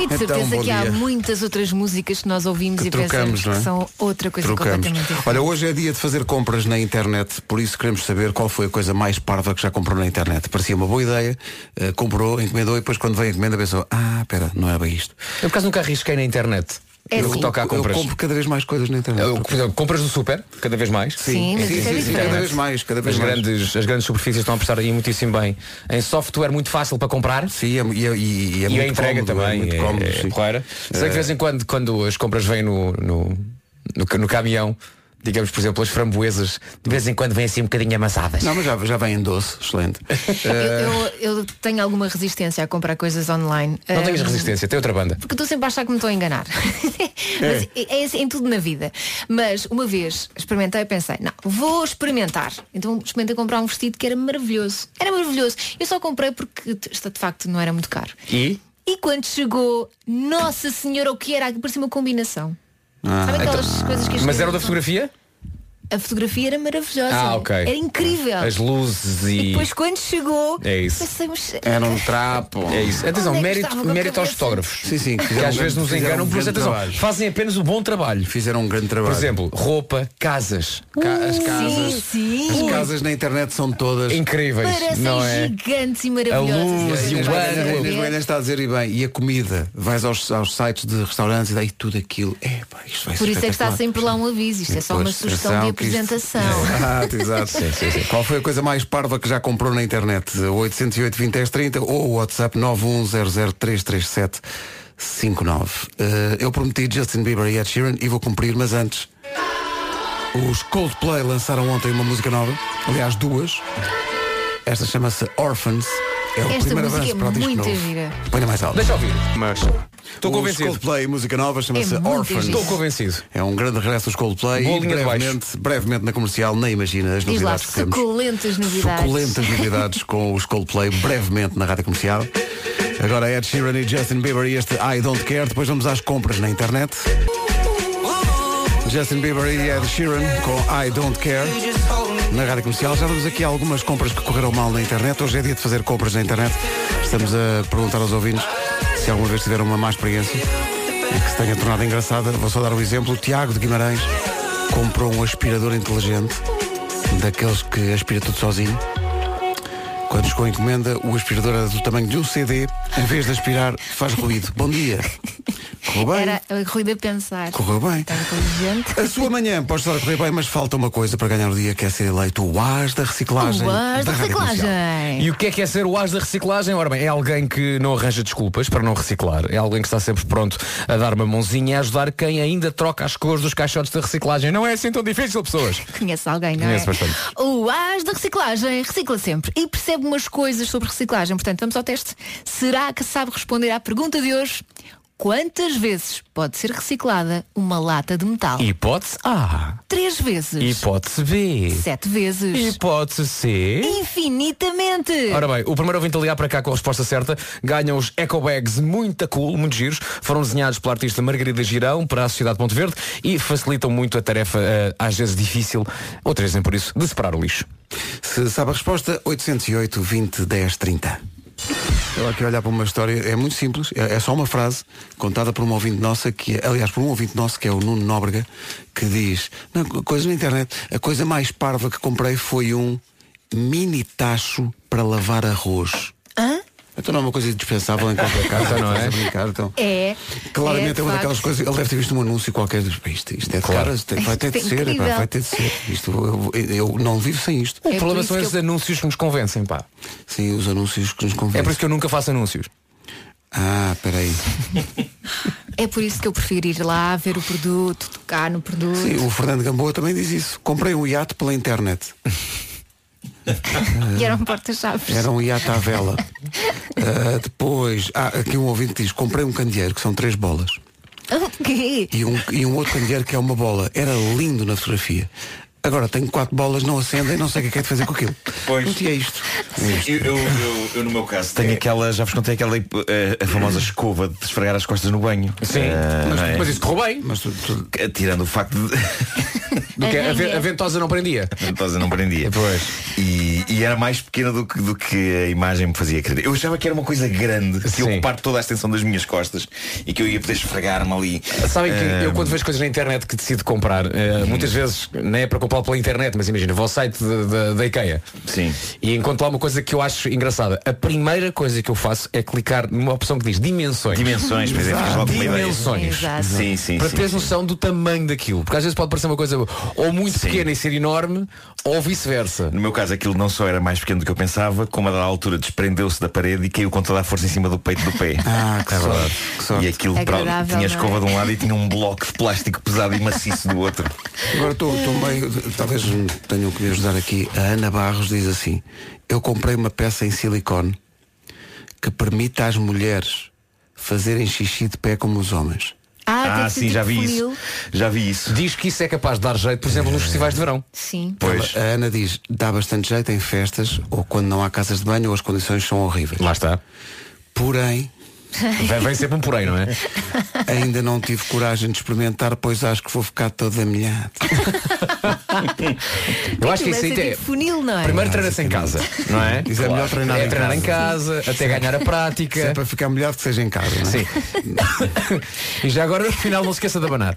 Speaker 4: E de
Speaker 1: Então,
Speaker 4: certeza
Speaker 1: bom
Speaker 4: que há
Speaker 1: dia.
Speaker 4: muitas outras músicas que nós ouvimos
Speaker 1: Que
Speaker 4: e pensamos
Speaker 1: trocamos, não é?
Speaker 4: que são outra coisa
Speaker 1: Trocamos.
Speaker 4: completamente diferente.
Speaker 1: Olha, hoje é dia de fazer compras na internet, por isso queremos saber qual foi a coisa mais parva que já comprou na internet. Parecia uma boa ideia, eh, comprou, encomendou e depois quando veio a encomenda pensou, ah, pera, não é bem isto.
Speaker 3: Eu por acaso nunca arrisquei na internet.
Speaker 1: É
Speaker 3: no que
Speaker 1: sim.
Speaker 3: toca a
Speaker 1: Eu
Speaker 3: compras.
Speaker 1: compro cada vez mais coisas na internet.
Speaker 3: É, Eu, por exemplo, compras no super, cada vez mais.
Speaker 1: Sim, Sim, mas isso é diferente. cada vez mais, cada vez
Speaker 3: as
Speaker 1: mais.
Speaker 3: Grandes, as grandes superfícies estão a apostar aí muitíssimo bem. Em software muito fácil para comprar.
Speaker 1: Sim, e, e, e, é
Speaker 3: a
Speaker 1: muito
Speaker 3: entrega
Speaker 1: cómodo,
Speaker 3: também.
Speaker 1: é muito cómodo, sim. É.
Speaker 3: porreira. Sei que de vez em quando, quando as compras vêm no, no, no, ca- no caminhão, digamos, por exemplo, as framboesas, de vez em quando vêm assim um bocadinho amassadas.
Speaker 1: Não, mas já, já vem em doce, excelente.
Speaker 4: Eu, eu tenho alguma resistência a comprar coisas online.
Speaker 3: Não
Speaker 4: Ah,
Speaker 3: tenhas resistência, tem outra banda.
Speaker 4: Porque estou sempre a achar que me estou a enganar. Mas é assim em tudo na vida. Mas uma vez experimentei e pensei, não, vou experimentar. Então experimentei comprar um vestido que era maravilhoso. Era maravilhoso. Eu só comprei porque t- isto de facto não era muito caro.
Speaker 3: E?
Speaker 4: E quando chegou, Nossa Senhora, o que era? Parecia uma combinação. Sabe aquelas coisas que as
Speaker 3: mas
Speaker 4: crianças
Speaker 3: era o da fotografia?
Speaker 4: A fotografia era maravilhosa.
Speaker 3: Ah, ok.
Speaker 4: Era incrível.
Speaker 3: As luzes e.
Speaker 4: Depois quando chegou,
Speaker 3: É isso.
Speaker 4: pensei, mas
Speaker 3: Era um trapo. É isso. Atenção,
Speaker 4: Onde é que
Speaker 3: mérito,
Speaker 4: estava com a
Speaker 3: mérito aos
Speaker 4: cabeça?
Speaker 3: fotógrafos.
Speaker 1: Sim, sim,
Speaker 3: Que,
Speaker 1: fizeram
Speaker 3: às
Speaker 1: um
Speaker 3: vezes
Speaker 1: grande-
Speaker 3: nos
Speaker 1: fizeram
Speaker 3: enganam
Speaker 1: um
Speaker 3: por isso,
Speaker 1: grande
Speaker 3: atenção.
Speaker 1: trabalho.
Speaker 3: Fazem apenas o bom trabalho.
Speaker 1: Fizeram um grande trabalho.
Speaker 3: Por exemplo, roupa, casas. Ca- as casas.
Speaker 1: As casas na internet são todas
Speaker 3: incríveis. é?
Speaker 4: parecem gigantes e
Speaker 1: é? A
Speaker 4: maravilhosas.
Speaker 1: luz e o
Speaker 4: Vai
Speaker 1: banho.
Speaker 4: ver.
Speaker 1: A Inês Moreira está a dizer, e bem, e a comida? Vais aos, aos sites de restaurantes e daí tudo aquilo. É, pá, isto vai ser
Speaker 4: Por isso é que está
Speaker 1: espetacular.
Speaker 4: sempre lá um aviso. Isto é só uma
Speaker 1: Pois,
Speaker 4: sugestão de
Speaker 1: atenção, que é isto-
Speaker 4: apresentação.
Speaker 1: Exato, exato. Qual foi a coisa mais parva que já comprou na internet? 808 20 10 30 ou o WhatsApp 910033759. Eh, eu prometi Justin Bieber e Ed Sheeran e vou cumprir, mas antes. Os Coldplay lançaram ontem uma música nova, aliás duas. Esta chama-se Orphans. É o
Speaker 4: Esta
Speaker 1: primeiro
Speaker 4: música
Speaker 1: avanço
Speaker 4: é
Speaker 1: para o disco
Speaker 4: muito
Speaker 1: novo.
Speaker 4: gira.
Speaker 1: Põe mais alto.
Speaker 3: Deixa eu ouvir.
Speaker 1: Mas estou
Speaker 3: convencido.
Speaker 1: Coldplay, música nova, chama-se
Speaker 3: É muito
Speaker 1: Orphans.
Speaker 3: giro. Estou convencido.
Speaker 1: É um grande regresso dos Coldplay
Speaker 3: Boa
Speaker 1: e
Speaker 3: linha de baixo.
Speaker 1: brevemente, brevemente na comercial, nem imagina as
Speaker 4: Diz lá,
Speaker 1: novidades que temos.
Speaker 4: suculentas novidades.
Speaker 1: Suculentas novidades com os Coldplay brevemente na rádio comercial. Agora Ed Sheeran e Justin Bieber e este I Don't Care. Depois vamos às compras na internet. Justin Bieber e Ed Sheeran com I Don't Care na rádio comercial. Já vamos aqui a algumas compras que correram mal na internet. Hoje é dia de fazer compras na internet. Estamos a perguntar aos ouvintes se alguma vez tiveram uma má experiência e que se tenha tornado engraçada. Vou só dar um exemplo. O Tiago de Guimarães comprou um aspirador inteligente daqueles que aspira tudo sozinho. Quando chegou a encomenda, o aspirador era do tamanho de um CD. Em vez de aspirar, faz ruído. Bom dia. Correu bem?
Speaker 4: Era ruído a pensar.
Speaker 1: Correu bem.
Speaker 4: Tão inteligente.
Speaker 1: A sua manhã pode estar a correr bem, mas falta uma coisa para ganhar o dia, que é ser eleito o AS da reciclagem.
Speaker 4: O AS da
Speaker 1: Rádio Comercial.
Speaker 4: reciclagem.
Speaker 3: E o que é que é ser o as da reciclagem? Ora bem, é alguém que não arranja desculpas para não reciclar. É alguém que está sempre pronto a dar uma mãozinha e a ajudar quem ainda troca as cores dos caixotes da reciclagem. Não é assim tão difícil, pessoas.
Speaker 4: Conhece alguém, não
Speaker 3: Conheço
Speaker 4: é?
Speaker 3: bastante.
Speaker 4: O AS da reciclagem recicla sempre e percebe umas coisas sobre reciclagem. Portanto, vamos ao teste. Será que sabe responder à pergunta de hoje? Quantas vezes pode ser reciclada uma lata de metal?
Speaker 3: Hipótese A.
Speaker 4: Três vezes.
Speaker 3: Hipótese B.
Speaker 4: Sete vezes.
Speaker 3: Hipótese C.
Speaker 4: Infinitamente.
Speaker 3: Ora bem, o primeiro ouvinte a ligar para cá com a resposta certa ganha os eco bags muito cool, muito giros. Foram desenhados pela artista Margarida Girão para a Sociedade Ponte Verde e facilitam muito a tarefa, eh, às vezes difícil, outras vezes É por isso, de separar o lixo.
Speaker 1: Se sabe a resposta, 808 20 10 30. Estava aqui a olhar para uma história, é muito simples, é, é só uma frase contada por um ouvinte nossa, que é- aliás por um ouvinte nosso, que é o Nuno Nóbrega, que diz, não, co- coisa na internet, a coisa mais parva que comprei foi um mini tacho para lavar arroz.
Speaker 4: Hã?
Speaker 1: Então não é uma coisa dispensável em qualquer casa, não é? então.
Speaker 4: É.
Speaker 1: Claramente é,
Speaker 4: é
Speaker 1: uma
Speaker 4: de
Speaker 1: daquelas
Speaker 4: facto.
Speaker 1: coisas. Ele deve ter visto um anúncio qualquer. diz, "Pá, Isto, isto é de caras, tem- vai ter de
Speaker 4: Isto é
Speaker 1: ser, pá,
Speaker 4: incrível.
Speaker 1: vai ter de ser. Isto, eu, eu- eu não vivo sem isto.
Speaker 3: O problema são esses anúncios que nos convencem, pá.
Speaker 1: Sim, os anúncios que nos convencem.
Speaker 3: É por isso que eu nunca faço anúncios.
Speaker 1: Ah, peraí.
Speaker 4: É por isso que eu prefiro ir lá, ver o produto, tocar no produto.
Speaker 1: Sim, o Fernando Gamboa também diz isso. Comprei um iate pela internet.
Speaker 4: E eram porta-chaves.
Speaker 1: Era um iate à vela. Ah, depois, ah, aqui um ouvinte diz, comprei um candeeiro, que são três bolas.
Speaker 4: O quê?
Speaker 1: E um, e um outro candeeiro que é uma bola. Era lindo na fotografia. Agora tenho quatro bolas, não acendem, não sei o que é que é de fazer com aquilo. Pois. E é isto.
Speaker 12: Eu, eu, eu- eu, no meu caso é- tenho aquela, já vos contei aquela eh, a famosa escova de esfregar as costas no banho.
Speaker 3: Sim,
Speaker 12: Eh,
Speaker 3: mas,
Speaker 12: não é?
Speaker 3: mas isso correu bem.
Speaker 12: Que- Tirando o facto de
Speaker 3: Do que a, ve- a ventosa não prendia.
Speaker 12: a ventosa não prendia. Pois. E, e era mais pequena do que, do que a imagem me fazia crer. Eu achava que era uma coisa grande, que ia ocupar toda a extensão das minhas costas e que eu ia poder esfregar-me ali.
Speaker 3: Sabem que
Speaker 12: Eh,
Speaker 3: eu quando vejo coisas na internet que decido comprar, eh,
Speaker 12: Uhum.
Speaker 3: muitas vezes não é para comprar pela internet, mas imagina, vou ao site de- de- da IKEA.
Speaker 12: Sim.
Speaker 3: E encontro lá uma coisa que eu acho engraçada. A primeira coisa que eu faço é clicar numa opção que diz dimensões. Ah,
Speaker 12: Dimensões, pois é, ficas logo com uma ideia.
Speaker 3: Dimensões.
Speaker 12: Exato. Sim, sim,
Speaker 3: Para
Speaker 12: sim,
Speaker 3: teres
Speaker 12: sim.
Speaker 3: noção do tamanho daquilo. Porque às vezes pode parecer uma coisa ou muito pequena e ser enorme, ou vice-versa.
Speaker 12: No meu caso,
Speaker 8: é
Speaker 12: aquilo não só era mais pequeno do que eu pensava, como a dada altura desprendeu-se da parede e caiu com toda a força em cima do peito do pé.
Speaker 1: Ah, que
Speaker 12: é
Speaker 1: sorte,
Speaker 12: verdade. E aquilo
Speaker 4: É
Speaker 12: pronto,
Speaker 4: agradável,
Speaker 12: tinha a
Speaker 4: não é?
Speaker 12: escova de um lado e tinha um bloco de plástico pesado e maciço do outro.
Speaker 1: Agora estou estou meio. Talvez tenham que me ajudar aqui. A Ana Barros diz assim: Eu comprei uma peça em silicone que permite às mulheres fazerem xixi de pé como os homens.
Speaker 4: Ah, tem que ser tipo funil.
Speaker 12: Já vi isso.
Speaker 3: Diz que isso é capaz de dar jeito, por exemplo, nos festivais de verão.
Speaker 4: Sim.
Speaker 12: Pois.
Speaker 1: A Ana diz, dá bastante jeito em festas ou quando não há casas de banho ou as condições são horríveis. Lá
Speaker 3: está.
Speaker 1: Porém,
Speaker 3: Vem, vem sempre um porém, não é?
Speaker 1: ainda não tive coragem de experimentar, pois acho que vou ficar toda molhada.
Speaker 3: Eu acho que isso aí
Speaker 4: Começa
Speaker 3: é.
Speaker 4: tipo funil, não é?
Speaker 3: Primeiro treina-se em casa, não é?
Speaker 1: Isso é melhor treinar
Speaker 3: É
Speaker 1: em
Speaker 3: treinar
Speaker 1: casa.
Speaker 3: em casa, até ganhar a prática.
Speaker 1: Se é para ficar molhado que seja em casa. não é?
Speaker 3: Sim. e já agora no final não se esqueça de abanar.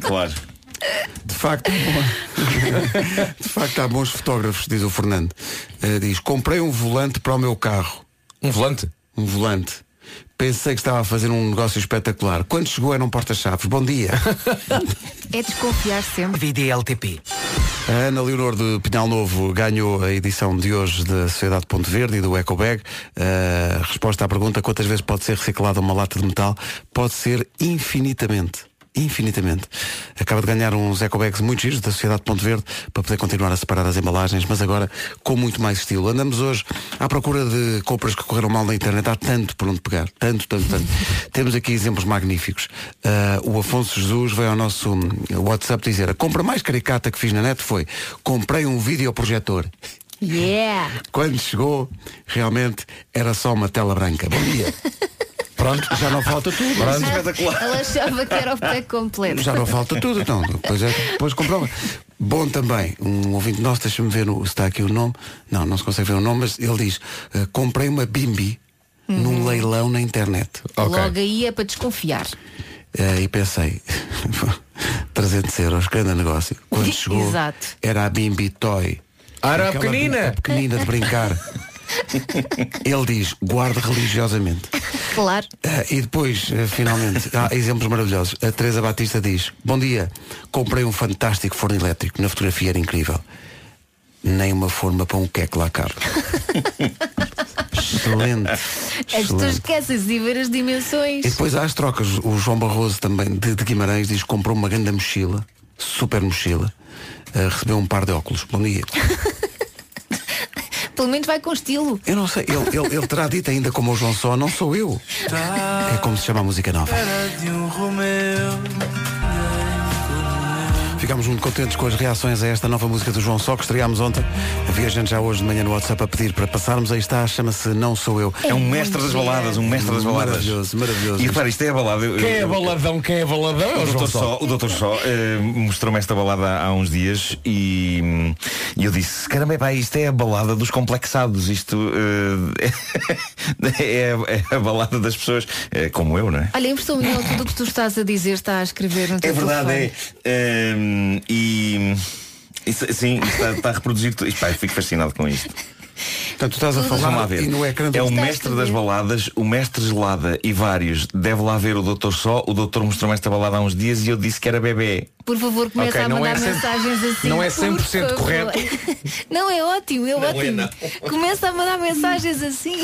Speaker 12: Claro.
Speaker 1: De facto, bom- de facto há bons fotógrafos, diz o Fernando. Eh, diz, comprei um volante para o meu carro.
Speaker 3: Um volante?
Speaker 1: Um volante. Pensei que estava a fazer um negócio espetacular. Quando chegou era um porta-chaves. Bom dia.
Speaker 4: É desconfiar sempre.
Speaker 3: VDLTP.
Speaker 1: A Ana Leonor de Pinhal Novo ganhou a edição de hoje da Sociedade Ponto Verde e do Ecobag. A resposta à pergunta quantas vezes pode ser reciclada uma lata de metal pode ser infinitamente. Infinitamente. Acaba de ganhar uns ecobags muito giros da Sociedade Ponto Verde para poder continuar a separar as embalagens, mas agora com muito mais estilo. Andamos hoje à procura de compras que correram mal na internet. Há tanto por onde pegar. Tanto, tanto, tanto. Temos aqui exemplos magníficos. Ah, o Afonso Jesus veio ao nosso hum, WhatsApp dizer a compra mais caricata que fiz na net foi comprei um videoprojetor.
Speaker 4: Yeah.
Speaker 1: Quando chegou, realmente era só uma tela branca. Bom dia. Pronto, já não falta tudo. é
Speaker 4: Ela achava que era o pé completo.
Speaker 1: Já não falta tudo, então. Depois, é, depois comprova. Bom também, um ouvinte nosso, deixa-me ver o- se está aqui o nome. Não, não se consegue ver o nome, mas ele diz, eh, comprei uma bimbi num leilão na internet.
Speaker 4: Logo aí é para desconfiar.
Speaker 1: Eh, e pensei, 300 euros, grande negócio. Quando chegou,
Speaker 4: Exato.
Speaker 1: era a Bimbi Toy.
Speaker 3: Ah, era a
Speaker 1: Aquela
Speaker 3: pequenina?
Speaker 1: bim- a pequenina de brincar. Ele diz, guarde religiosamente.
Speaker 4: Claro.
Speaker 1: Ah, e depois, eh, finalmente, há exemplos maravilhosos. A Teresa Batista diz, bom dia, comprei um fantástico forno elétrico, na fotografia era incrível. Nem uma forma para um queque lá caro. Excelente.
Speaker 4: É que tu
Speaker 1: excelente.
Speaker 4: esqueces de ver as dimensões.
Speaker 1: E depois há as trocas. O João Barroso também, de, de Guimarães, diz que comprou uma grande mochila, super mochila, eh, recebeu um par de óculos. Bom dia.
Speaker 4: pelo menos vai com estilo.
Speaker 1: Eu não sei, ele, ele, ele terá dito ainda como o João Só, não sou eu. É como se chama a música nova.
Speaker 10: de um Romeu.
Speaker 1: Ficámos muito contentes com as reações a esta nova música do João Só que estreámos ontem. Havia gente já hoje de manhã no WhatsApp a pedir para passarmos. Aí está, chama-se Não Sou Eu.
Speaker 12: É um mestre das baladas, um mestre das baladas.
Speaker 1: Maravilhoso, maravilhoso.
Speaker 12: E repara, isto é a balada. eu-
Speaker 3: Quem é
Speaker 12: eu-
Speaker 3: baladão, quem é baladão é o
Speaker 12: O
Speaker 3: João
Speaker 12: doutor
Speaker 3: Só.
Speaker 12: só, o doutor só eh, mostrou-me esta balada há uns dias e, hum, e eu disse, caramba, pá, isto é a balada dos complexados, isto eh, é, é a balada das pessoas eh, como eu, não é?
Speaker 4: Olha, impressão minha, tudo o que tu estás a dizer está a escrever no teu
Speaker 12: É verdade,
Speaker 4: telefone.
Speaker 12: é. Hum, e isso, sim, está, está a reproduzir tudo. Isto, Pá, eu fico fascinado com isto.
Speaker 1: Portanto, estás a falar
Speaker 12: Vamos lá
Speaker 1: e no ecrã do-
Speaker 12: É o
Speaker 1: Estás a
Speaker 12: mestre das baladas, o mestre gelada e vários. Deve lá ver o doutor só. O doutor mostrou-me esta balada há uns dias e eu disse que era bebê.
Speaker 4: Por favor, começa
Speaker 12: Ok,
Speaker 4: a
Speaker 12: não
Speaker 4: mandar
Speaker 12: é cem-
Speaker 4: mensagens assim.
Speaker 12: não é
Speaker 4: por
Speaker 12: 100%
Speaker 4: favor.
Speaker 12: correto.
Speaker 4: Não, é ótimo, é
Speaker 12: Não é,
Speaker 4: ótimo.
Speaker 12: não.
Speaker 4: Começa a mandar mensagens assim.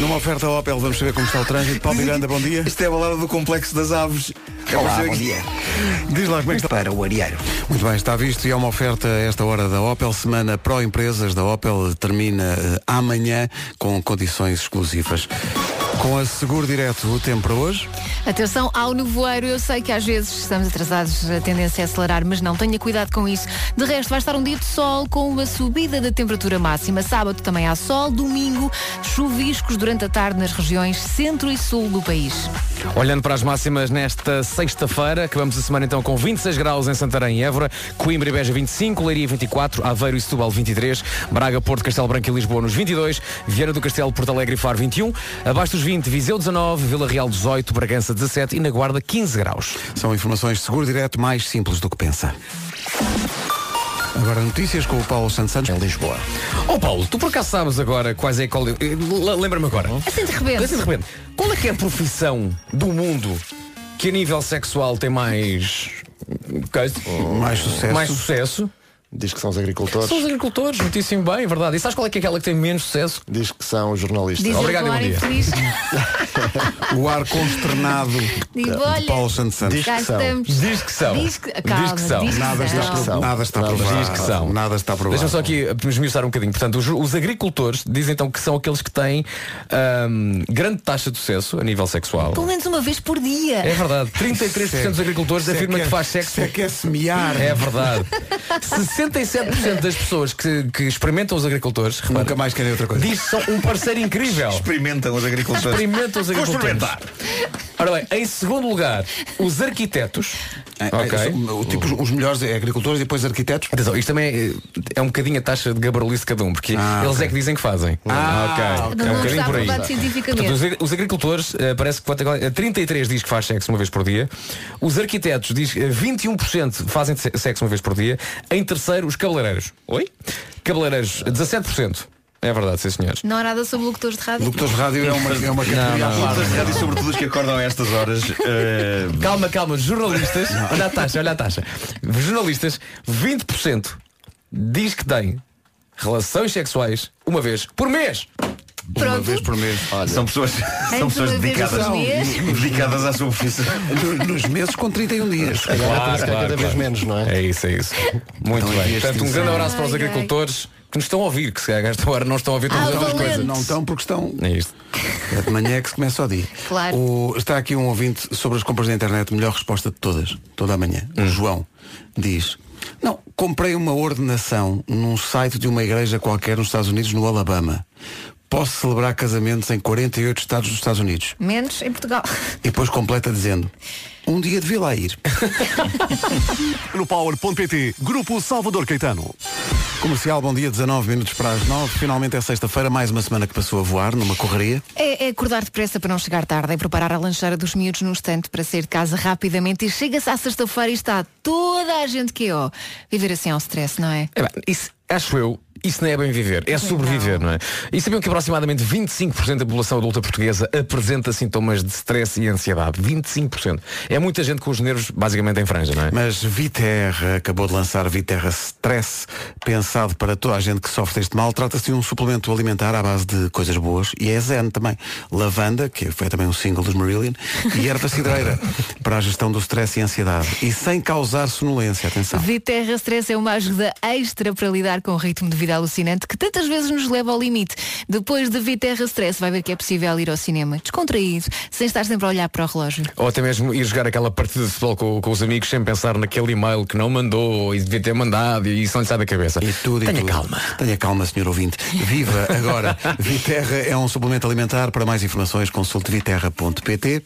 Speaker 1: Numa oferta Opel, vamos saber como está o trânsito. Paulo Miranda, bom dia.
Speaker 12: Isto é a balada do Complexo das Aves.
Speaker 1: Olá, bom
Speaker 12: dia.
Speaker 1: Diz lá como é que está.
Speaker 2: Para o areeiro.
Speaker 1: Muito bem, está visto e é uma oferta a esta hora da Opel. Semana pró-empresas da Opel termina eh, amanhã com condições exclusivas. Com a Seguro Direto, o tempo para hoje.
Speaker 4: Atenção ao nevoeiro, eu sei que às vezes estamos atrasados, a tendência é acelerar, mas não, tenha cuidado com isso. De resto, vai estar um dia de sol com uma subida da temperatura máxima. Sábado também há sol, domingo, chuviscos durante a tarde nas regiões centro e sul do país.
Speaker 3: Olhando para as máximas nesta sexta-feira, acabamos a semana então com 26 graus em Santarém e Évora, Coimbra e Beja 25, Leiria 24, Aveiro e Setúbal 23, Braga, Porto, Castelo Branco e Lisboa nos 22, Vieira do Castelo, Porto Alegre e Faro 21, abaixo dos 20, Viseu 19, Vila Real 18, Bragança 17 e na Guarda 15 graus.
Speaker 1: São informações de Seguro Direto mais simples do que pensa. Agora notícias com o Paulo Santos Santos. Em Lisboa.
Speaker 3: Ó Paulo, tu por acaso sabes agora quais é qual... eh, l- Lembra-me agora.
Speaker 4: Assim de repente.
Speaker 3: Assim de repente. Qual é que é a profissão do mundo que a nível sexual tem mais... coisa?
Speaker 1: Mais sucesso.
Speaker 3: Mais sucesso?
Speaker 9: Diz que são os agricultores.
Speaker 3: São os agricultores, muitíssimo bem, é verdade. E sabes qual é que é aquela que tem menos sucesso?
Speaker 9: Diz que são os jornalistas.
Speaker 3: Diz Obrigado e bom dia.
Speaker 1: O ar consternado
Speaker 4: Digo,
Speaker 1: de
Speaker 4: olha,
Speaker 1: Paulo Santos Santos.
Speaker 4: cá estamos. Diz que são. Diz que- calma, Diz que são. diz que
Speaker 1: Nada está
Speaker 4: são.
Speaker 1: aprovado. Nada está aprovado.
Speaker 3: Diz que são.
Speaker 1: Nada está aprovado.
Speaker 3: Deixa-me só aqui eh, esmiuçar um bocadinho. Portanto, os, os agricultores dizem então que são aqueles que têm ahm, grande taxa de sucesso a nível sexual.
Speaker 4: Pelo menos uma vez por dia.
Speaker 3: É verdade. 33% dos agricultores
Speaker 1: Se é
Speaker 3: afirmam
Speaker 1: que é-
Speaker 3: que faz sexo.
Speaker 1: se é que é semear.
Speaker 3: É verdade. 67% das pessoas que, que experimentam os agricultores é
Speaker 1: Nunca mais querem outra coisa.
Speaker 3: Diz que são um parceiro incrível.
Speaker 12: Experimentam os agricultores.
Speaker 3: Experimentam os
Speaker 12: Vou
Speaker 3: agricultores.
Speaker 12: experimentar.
Speaker 3: Ora bem, em segundo lugar, os arquitetos. Ok.
Speaker 1: É, são, o tipo, os melhores é agricultores e depois arquitetos.
Speaker 3: Atenção, isto também é, é um bocadinho a taxa de gabarolice de cada um, porque eles é que dizem que fazem.
Speaker 4: Ah, ok.
Speaker 3: É
Speaker 4: Não
Speaker 3: um bocadinho
Speaker 4: está
Speaker 3: por aí.
Speaker 4: aprovado cientificamente.
Speaker 3: Portanto, os ag- os agricultores, eh, parece que quanto é que- eh, 33 diz que faz sexo uma vez por dia. Os arquitetos diz que eh, 21% fazem se- sexo uma vez por dia. Em terceiro, os cabeleireiros. Oi? Cabeleireiros, 17%. É verdade, sim senhores.
Speaker 4: Não há nada sobre locutores de rádio.
Speaker 1: de rádio é uma, é uma categoria à parte.
Speaker 12: Locutores de rádio, sobretudo os que acordam a estas horas. eh,
Speaker 4: Uhum.
Speaker 3: Calma, calma, jornalistas, olha a taxa, olha a taxa. Jornalistas, 20% diz que têm relações sexuais uma vez por mês.
Speaker 4: Pronto. vez
Speaker 1: por mês.
Speaker 12: São pessoas,
Speaker 4: Antes
Speaker 12: são pessoas
Speaker 4: uma vez
Speaker 12: dedicadas,
Speaker 4: por mês.
Speaker 12: dedicadas à sua profissão.
Speaker 1: No- Nos meses com 31 dias.
Speaker 9: cada vez menos, não é?
Speaker 3: É isso, é isso. Muito
Speaker 1: Então,
Speaker 3: bem.
Speaker 1: existe
Speaker 3: Portanto, um
Speaker 1: isso.
Speaker 3: grande abraço para os
Speaker 4: Ai, ai.
Speaker 3: agricultores que nos estão a ouvir, que se calhar esta hora não estão a ouvir todas
Speaker 4: Ah,
Speaker 3: as outras
Speaker 4: valente.
Speaker 3: coisas.
Speaker 1: Não estão porque estão.
Speaker 3: É isto.
Speaker 1: É de manhã que se começa o dia.
Speaker 4: Claro.
Speaker 1: O- está aqui um ouvinte sobre as compras da internet, melhor resposta de todas, toda a manhã. O João diz. Não, comprei uma ordenação num site de uma igreja qualquer nos Estados Unidos, no Alabama. Posso celebrar casamentos em 48 estados dos Estados Unidos.
Speaker 4: Menos em Portugal.
Speaker 1: E depois completa dizendo, um dia devia lá ir.
Speaker 11: No Power.pt, Grupo Salvador Caetano.
Speaker 1: Comercial, bom dia, 19 minutos para as 9. Finalmente é sexta-feira, mais uma semana que passou a voar numa correria.
Speaker 4: É, é acordar depressa para não chegar tarde, é preparar a lancheira dos miúdos num instante para sair de casa rapidamente e chega-se à sexta-feira e está toda a gente que é ó. Viver assim é um stress, não é?
Speaker 3: É bem, isso, acho eu, isso não é bem viver, é sobreviver, não é? E sabiam que aproximadamente 25% da população adulta portuguesa apresenta sintomas de stress e ansiedade. 25%. É muita gente com os nervos basicamente em franja, não é?
Speaker 1: Mas Viterra acabou de lançar Viterra Stress, pensado para toda a gente que sofre deste mal. Trata-se de um suplemento alimentar à base de coisas boas e é zen também. Lavanda, que foi também um single dos Marillion, e erva cidreira, para a gestão do stress e ansiedade. E sem causar sonolência, atenção.
Speaker 4: Viterra Stress é uma ajuda extra para lidar com o ritmo de vida vida alucinante que tantas vezes nos leva ao limite. Depois de ver Terra Stress, vai ver que é possível ir ao cinema descontraído, sem estar sempre a olhar para o relógio.
Speaker 3: Ou até mesmo ir jogar aquela partida de futebol com, com os amigos sem pensar naquele e-mail que não mandou e devia ter mandado e isso não lhe sai da cabeça. E
Speaker 1: tudo, e
Speaker 3: Tenha
Speaker 1: tudo.
Speaker 3: calma.
Speaker 1: Tenha calma, senhor ouvinte. Viva agora. Viterra é um suplemento alimentar. Para mais informações, consulte viterra.pt.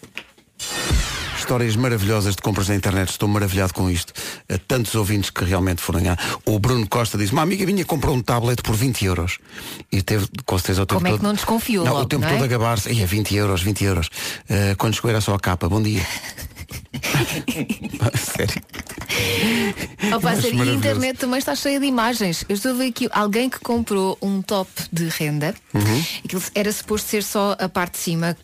Speaker 1: Histórias maravilhosas de compras na internet. Estou maravilhado com isto. Há Tantos ouvintes que realmente foram lá. O Bruno Costa diz, uma amiga minha comprou um tablet por 20 euros. E teve, com certeza, o tempo
Speaker 4: Como é que
Speaker 1: todo-
Speaker 4: não desconfiou
Speaker 1: Não,
Speaker 4: logo,
Speaker 1: o tempo
Speaker 4: não é?
Speaker 1: todo a gabar-se. Ia, 20 euros, 20 euros. Eh, quando chegou era só a capa. Bom dia. Sério.
Speaker 4: Ao
Speaker 1: Acho
Speaker 4: passar, e a
Speaker 1: maravilhoso.
Speaker 4: internet também está cheia de imagens. Eu estou a ver aqui alguém que comprou um top de renda.
Speaker 1: Uhum.
Speaker 4: Aquilo era suposto ser só a parte de cima,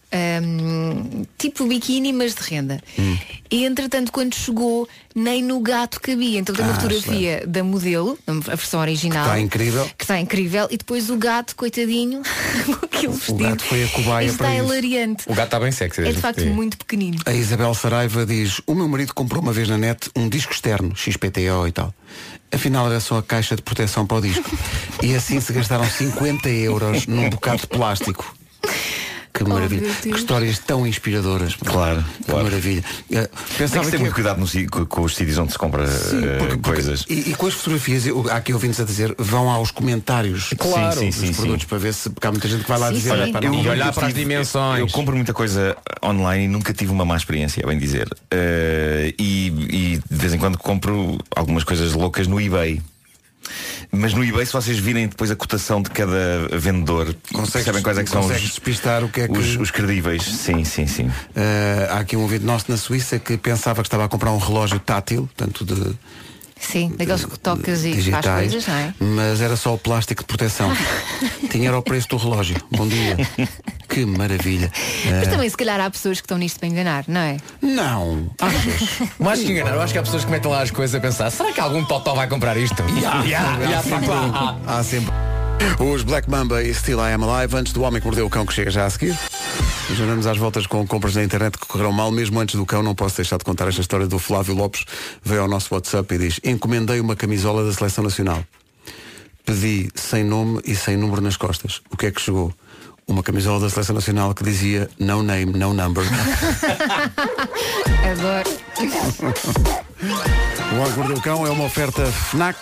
Speaker 4: hum, tipo biquíni, mas de renda.
Speaker 1: Hum.
Speaker 4: E entretanto, quando chegou, nem no gato cabia. Então tem uma
Speaker 1: Ah,
Speaker 4: fotografia da modelo, a versão original.
Speaker 1: Está incrível.
Speaker 4: Que está incrível. E depois o gato, coitadinho, com aquele
Speaker 1: O
Speaker 4: vestido.
Speaker 1: gato foi a cobaia
Speaker 4: Isto
Speaker 1: para
Speaker 4: está
Speaker 1: isso.
Speaker 4: hilariante.
Speaker 3: gato está bem sexy.
Speaker 4: É de facto muito pequenino.
Speaker 1: A Isabel Saraiva diz O meu marido comprou uma vez na net um disco externo XPTO e tal Afinal era só a caixa de proteção para o disco E assim se gastaram 50 euros Num bocado de plástico Que maravilha
Speaker 12: Oh, meu
Speaker 1: Que
Speaker 12: Deus.
Speaker 1: histórias tão inspiradoras
Speaker 12: Claro,
Speaker 1: Que maravilha Eh,
Speaker 12: Tem
Speaker 1: Pensava que
Speaker 12: que
Speaker 1: é
Speaker 12: ter muito cuidado no si- co- com os sítios onde se compra eh, coisas.
Speaker 1: e, e com as fotografias, eu- há aqui ouvintes a dizer, vão aos comentários
Speaker 12: Claro. Sim,
Speaker 1: dos
Speaker 12: sim, sim,
Speaker 1: produtos
Speaker 12: sim.
Speaker 1: para ver se porque há muita gente que vai lá
Speaker 12: Sim,
Speaker 1: dizer.
Speaker 12: sim.
Speaker 1: "Olha, pá, não
Speaker 12: Eu-
Speaker 1: vale a
Speaker 12: olhar
Speaker 1: pena
Speaker 12: para as
Speaker 1: isto."
Speaker 3: dimensões.
Speaker 12: Eu compro muita coisa online e nunca tive uma má experiência, a bem dizer. Eh, e, e de vez em quando compro algumas coisas loucas no eBay. Mas no eBay, se vocês virem depois a cotação de cada vendedor, percebem quais é que são
Speaker 1: consegues
Speaker 12: os,
Speaker 1: despistar o que é que
Speaker 12: os, os credíveis. Sim, sim, sim.
Speaker 1: Uh, há aqui um ouvinte nosso na Suíça que pensava que estava a comprar um relógio tátil, tanto de
Speaker 4: Sim, daqueles que tocas e faz
Speaker 1: digitais,
Speaker 4: coisas, não é?
Speaker 1: mas era só o plástico de proteção. Tinha era o preço do relógio. Bom dia. que maravilha.
Speaker 4: Mas
Speaker 12: É.
Speaker 1: Uh,
Speaker 4: também se calhar há pessoas que estão nisto para enganar, não é?
Speaker 1: Não.
Speaker 3: Mas acho que enganar, eu acho que há pessoas que metem lá as coisas a pensar, será que algum totó vai comprar isto? Ya, ya, pá, pá.
Speaker 1: um. Há sempre. um. Os Black Mamba e Still I Am Alive, antes do Homem que Mordeu o Cão, que chega já a seguir. Já andamos às voltas com compras na internet que correram mal, mesmo antes do cão, não posso deixar de contar esta história do Flávio Lopes. Veio ao nosso WhatsApp e diz, encomendei uma camisola da Seleção Nacional. Pedi sem nome e sem número nas costas. O que é que chegou? Uma camisola da Seleção Nacional que dizia no name, no number.
Speaker 4: Adoro.
Speaker 1: o Homem que Mordeu o Cão é uma oferta FNAC.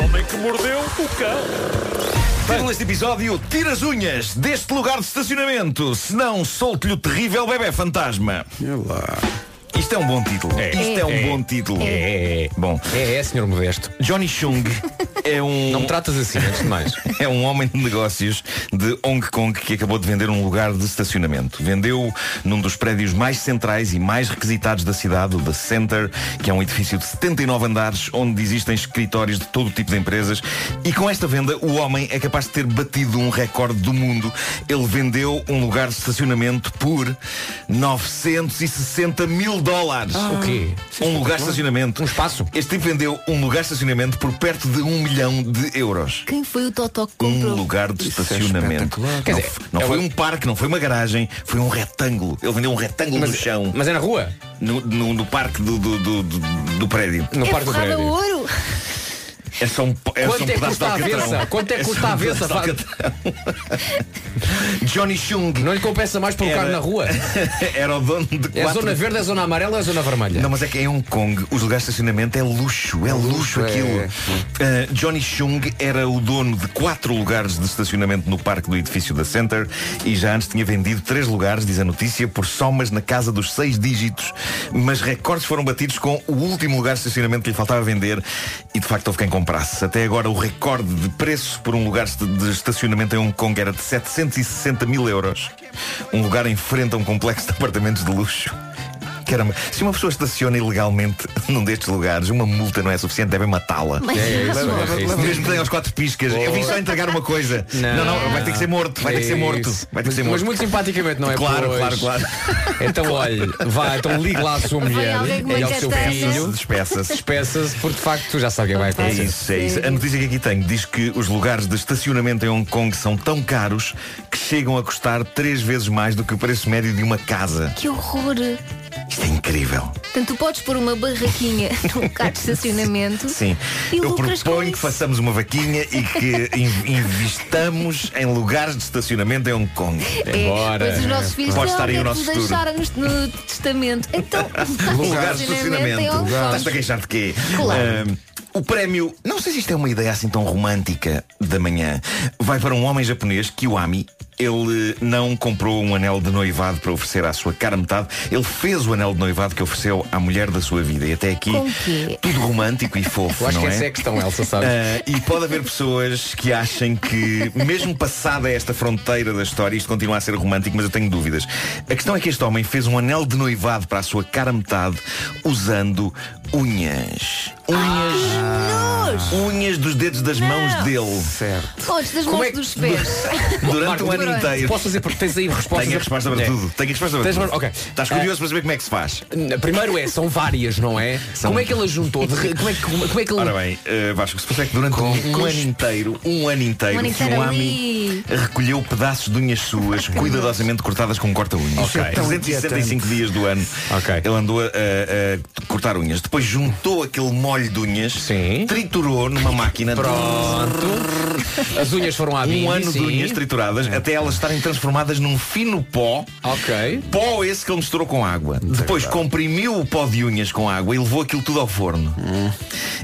Speaker 11: O homem que mordeu o cão.
Speaker 12: Título deste episódio, tira as unhas deste lugar de estacionamento, senão solte-lhe o terrível bebê fantasma. Isto é um bom título. Isto é um bom título. Bom.
Speaker 3: É, é, senhor Modesto.
Speaker 12: Johnny Chung é um. Não me
Speaker 3: tratas assim, antes de mais.
Speaker 12: é um homem de negócios de Hong Kong que acabou de vender um lugar de estacionamento. Vendeu num dos prédios mais centrais e mais requisitados da cidade, o The Center, que é um edifício de 79 andares onde existem escritórios de todo tipo de empresas. E com esta venda, o homem é capaz de ter batido um recorde do mundo. Ele vendeu um lugar de estacionamento por 960 mil dólares.
Speaker 3: Ah. O quê?
Speaker 12: Um lugar de estacionamento. Um
Speaker 3: espaço.
Speaker 12: Este tipo vendeu um lugar de estacionamento por perto de um milhão de euros
Speaker 4: Quem foi o Totó que
Speaker 12: um
Speaker 4: comprou?
Speaker 12: lugar de estacionamento. não
Speaker 3: é Quer dizer, é
Speaker 12: f- não foi um parque, não foi uma garagem, foi um retângulo. Ele vendeu um retângulo
Speaker 3: Mas-
Speaker 12: no chão.
Speaker 3: mas é na rua?
Speaker 12: No, no- no parque do, do, do, do- do prédio.
Speaker 3: No
Speaker 4: é ferrado a ouro.
Speaker 12: É só um, po- é só
Speaker 3: Quanto
Speaker 12: um
Speaker 3: é que
Speaker 12: pedaço
Speaker 3: custa a
Speaker 12: de alcatrão.
Speaker 3: avessa? Quanto é que
Speaker 12: só
Speaker 3: custa
Speaker 12: um
Speaker 3: a
Speaker 12: pedaço
Speaker 3: avessa?
Speaker 12: de alcatrão. Johnny Chung.
Speaker 3: Não lhe compensa mais pelo carro na rua.
Speaker 12: Era o dono de
Speaker 3: É
Speaker 12: quatro-
Speaker 3: zona verde, é zona amarela, é zona vermelha.
Speaker 12: Não, mas é que em Hong Kong os lugares de estacionamento é luxo, é luxo
Speaker 3: é.
Speaker 12: aquilo. Uh, Johnny Chung era o dono de quatro lugares de estacionamento no parque do edifício da Center e já antes tinha vendido três lugares, diz a notícia, por somas na casa dos seis dígitos, mas recordes foram batidos com o último lugar de estacionamento que lhe faltava vender e de facto houve quem comprasse. Até agora o recorde de preço por um lugar de de estacionamento em Hong Kong era de 760 mil euros. Um lugar em frente a um complexo de apartamentos de luxo. Caramba, se uma pessoa estaciona ilegalmente num destes lugares, uma multa não é suficiente, devem matá-la.
Speaker 3: Mas- É, é isso,
Speaker 12: Leva-
Speaker 3: é isso.
Speaker 12: leva- Mesmo que tenha aos quatro piscas, eu vim só entregar uma coisa. Não, É não, vai ter que ser morto, vai ter que ser morto.
Speaker 3: Isso.
Speaker 12: Vai ter que ser
Speaker 3: Mas-
Speaker 12: morto.
Speaker 3: Mas muito simpaticamente, não é?
Speaker 12: Claro,
Speaker 3: Pois.
Speaker 12: claro, claro.
Speaker 3: Então olha, vá, então ligue lá à sua
Speaker 12: Vai
Speaker 3: mulher
Speaker 12: alguém com uma
Speaker 3: e ao seu
Speaker 12: castanha.
Speaker 3: filho.
Speaker 12: Despeça-se.
Speaker 3: Despeça-se, porque de facto tu já sabes o que vai
Speaker 12: É
Speaker 3: acontecer.
Speaker 12: isso, é isso. A notícia que aqui tenho diz que os lugares de estacionamento em Hong Kong são tão caros que chegam a custar três vezes mais do que o preço médio de uma casa.
Speaker 4: Que horror.
Speaker 12: Isto é incrível.
Speaker 4: Portanto, tu podes pôr uma barraquinha num lugar de estacionamento.
Speaker 12: Sim.
Speaker 4: E
Speaker 12: Eu
Speaker 4: lucras com
Speaker 12: proponho que façamos uma vaquinha e que in- investamos em lugares de estacionamento em Hong Kong.
Speaker 4: É, Mas os nossos filhos
Speaker 12: Pode
Speaker 4: "Ah,
Speaker 12: estar aí o
Speaker 4: olha,
Speaker 12: nosso
Speaker 4: tu
Speaker 12: futuro.
Speaker 4: deixaram-nos no testamento. Então,
Speaker 12: Lugar de
Speaker 4: em Hong
Speaker 12: estacionamento.
Speaker 4: Kong.
Speaker 12: Estás-te a queixar de quê?
Speaker 4: Claro.
Speaker 12: Ahm, o prémio, não sei se isto é uma ideia assim tão romântica da manhã, vai para um homem japonês, Kiwami. Ele eh, não comprou um anel de noivado para oferecer à sua cara metade. Ele fez o anel de noivado que ofereceu à mulher da sua vida. E até aqui,
Speaker 4: Com quê?
Speaker 12: tudo romântico e fofo.
Speaker 3: Eu acho
Speaker 12: não
Speaker 3: que
Speaker 12: é?
Speaker 3: essa é a questão, Elsa, sabes?
Speaker 12: Ah, e pode haver pessoas que achem que, mesmo passada esta fronteira da história, isto continua a ser romântico, mas eu tenho dúvidas. A questão é que este homem fez um anel de noivado para a sua cara metade usando unhas. Unhas. Unhas dos dedos das mãos dele. Certo.
Speaker 4: Podes das
Speaker 12: é
Speaker 4: mãos dos pés.
Speaker 12: Durante um ano inteiro.
Speaker 3: Posso fazer porque tens aí respostas.
Speaker 12: Tenho a resposta para
Speaker 3: É.
Speaker 12: tudo. Tenho a resposta para
Speaker 3: Tens-
Speaker 12: tudo.
Speaker 3: ok. Eh,
Speaker 12: Estás curioso para saber como é que se faz?
Speaker 3: N- Primeiro é, são várias, não é?
Speaker 12: São-
Speaker 3: Como é que ela juntou? De re- Como é que, como, como é que ele...
Speaker 12: Ora bem, eh, Vasco, se percebe que durante um, ano inteiro, um ano inteiro,
Speaker 4: Um ano inteiro,
Speaker 12: Kiwami recolheu pedaços de unhas suas cuidadosamente cortadas com um corta-unhas.
Speaker 3: Isso é tão
Speaker 12: 365 dias do ano. Ele andou a, a- a cortar unhas. Depois juntou aquele molho de unhas, triturou numa máquina.
Speaker 3: Pronto. As unhas foram à
Speaker 12: Um
Speaker 3: mini,
Speaker 12: ano de
Speaker 3: sim.
Speaker 12: unhas trituradas até elas estarem transformadas num fino pó. Ok. Pó esse que ele misturou com água. Depois comprimiu o pó de unhas com água e levou aquilo tudo ao forno.
Speaker 3: Hum.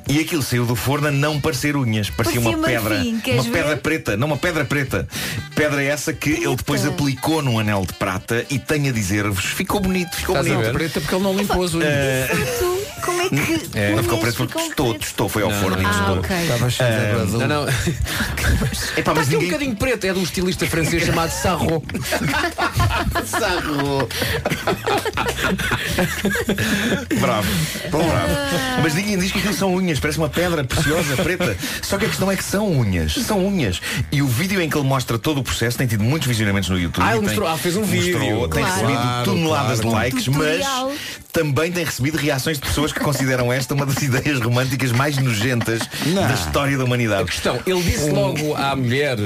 Speaker 12: E aquilo saiu do forno a não parecer unhas. Parecia,
Speaker 13: Parecia
Speaker 12: uma pedra.
Speaker 13: marfim, queres
Speaker 12: uma
Speaker 13: ver?
Speaker 12: pedra preta. Não, uma pedra preta. Pedra essa que ele depois aplicou num anel de prata e tenho a dizer-vos, ficou bonito, ficou
Speaker 3: Estás a
Speaker 12: bonito.
Speaker 3: ver? preta porque ele não limpou as
Speaker 12: Eh,
Speaker 3: unhas.
Speaker 4: Tu, como é que.
Speaker 12: é, não
Speaker 4: unhas
Speaker 12: ficou preto porque
Speaker 4: ficam
Speaker 12: testou, testou, foi ao
Speaker 3: Não,
Speaker 12: forno e
Speaker 3: não,
Speaker 12: testou.
Speaker 3: não. Ah, ok. Estava cheio de
Speaker 12: Ah, não,
Speaker 3: abrasador.
Speaker 12: não.
Speaker 3: Está aqui um bocadinho preto, é de um estilista francês chamado Sarro.
Speaker 12: Sarro. bravo, bom, bravo. Mas ninguém diz que aquilo são unhas, parece uma pedra preciosa, preta. Só que a questão é que são unhas, são unhas. E o vídeo em que ele mostra todo o processo tem tido muitos visionamentos no YouTube.
Speaker 3: Ah, ele
Speaker 12: E tem-
Speaker 3: mostrou- ah, fez um
Speaker 12: mostrou,
Speaker 3: vídeo.
Speaker 12: Tem
Speaker 3: Claro.
Speaker 12: recebido
Speaker 3: Claro,
Speaker 12: toneladas
Speaker 3: claro.
Speaker 12: de likes,
Speaker 3: Um
Speaker 12: mas
Speaker 3: tutorial.
Speaker 12: também tem recebido reações de pessoas que consideram esta uma das ideias românticas mais nojentas da história da humanidade. A
Speaker 3: questão, ele disse logo à mulher.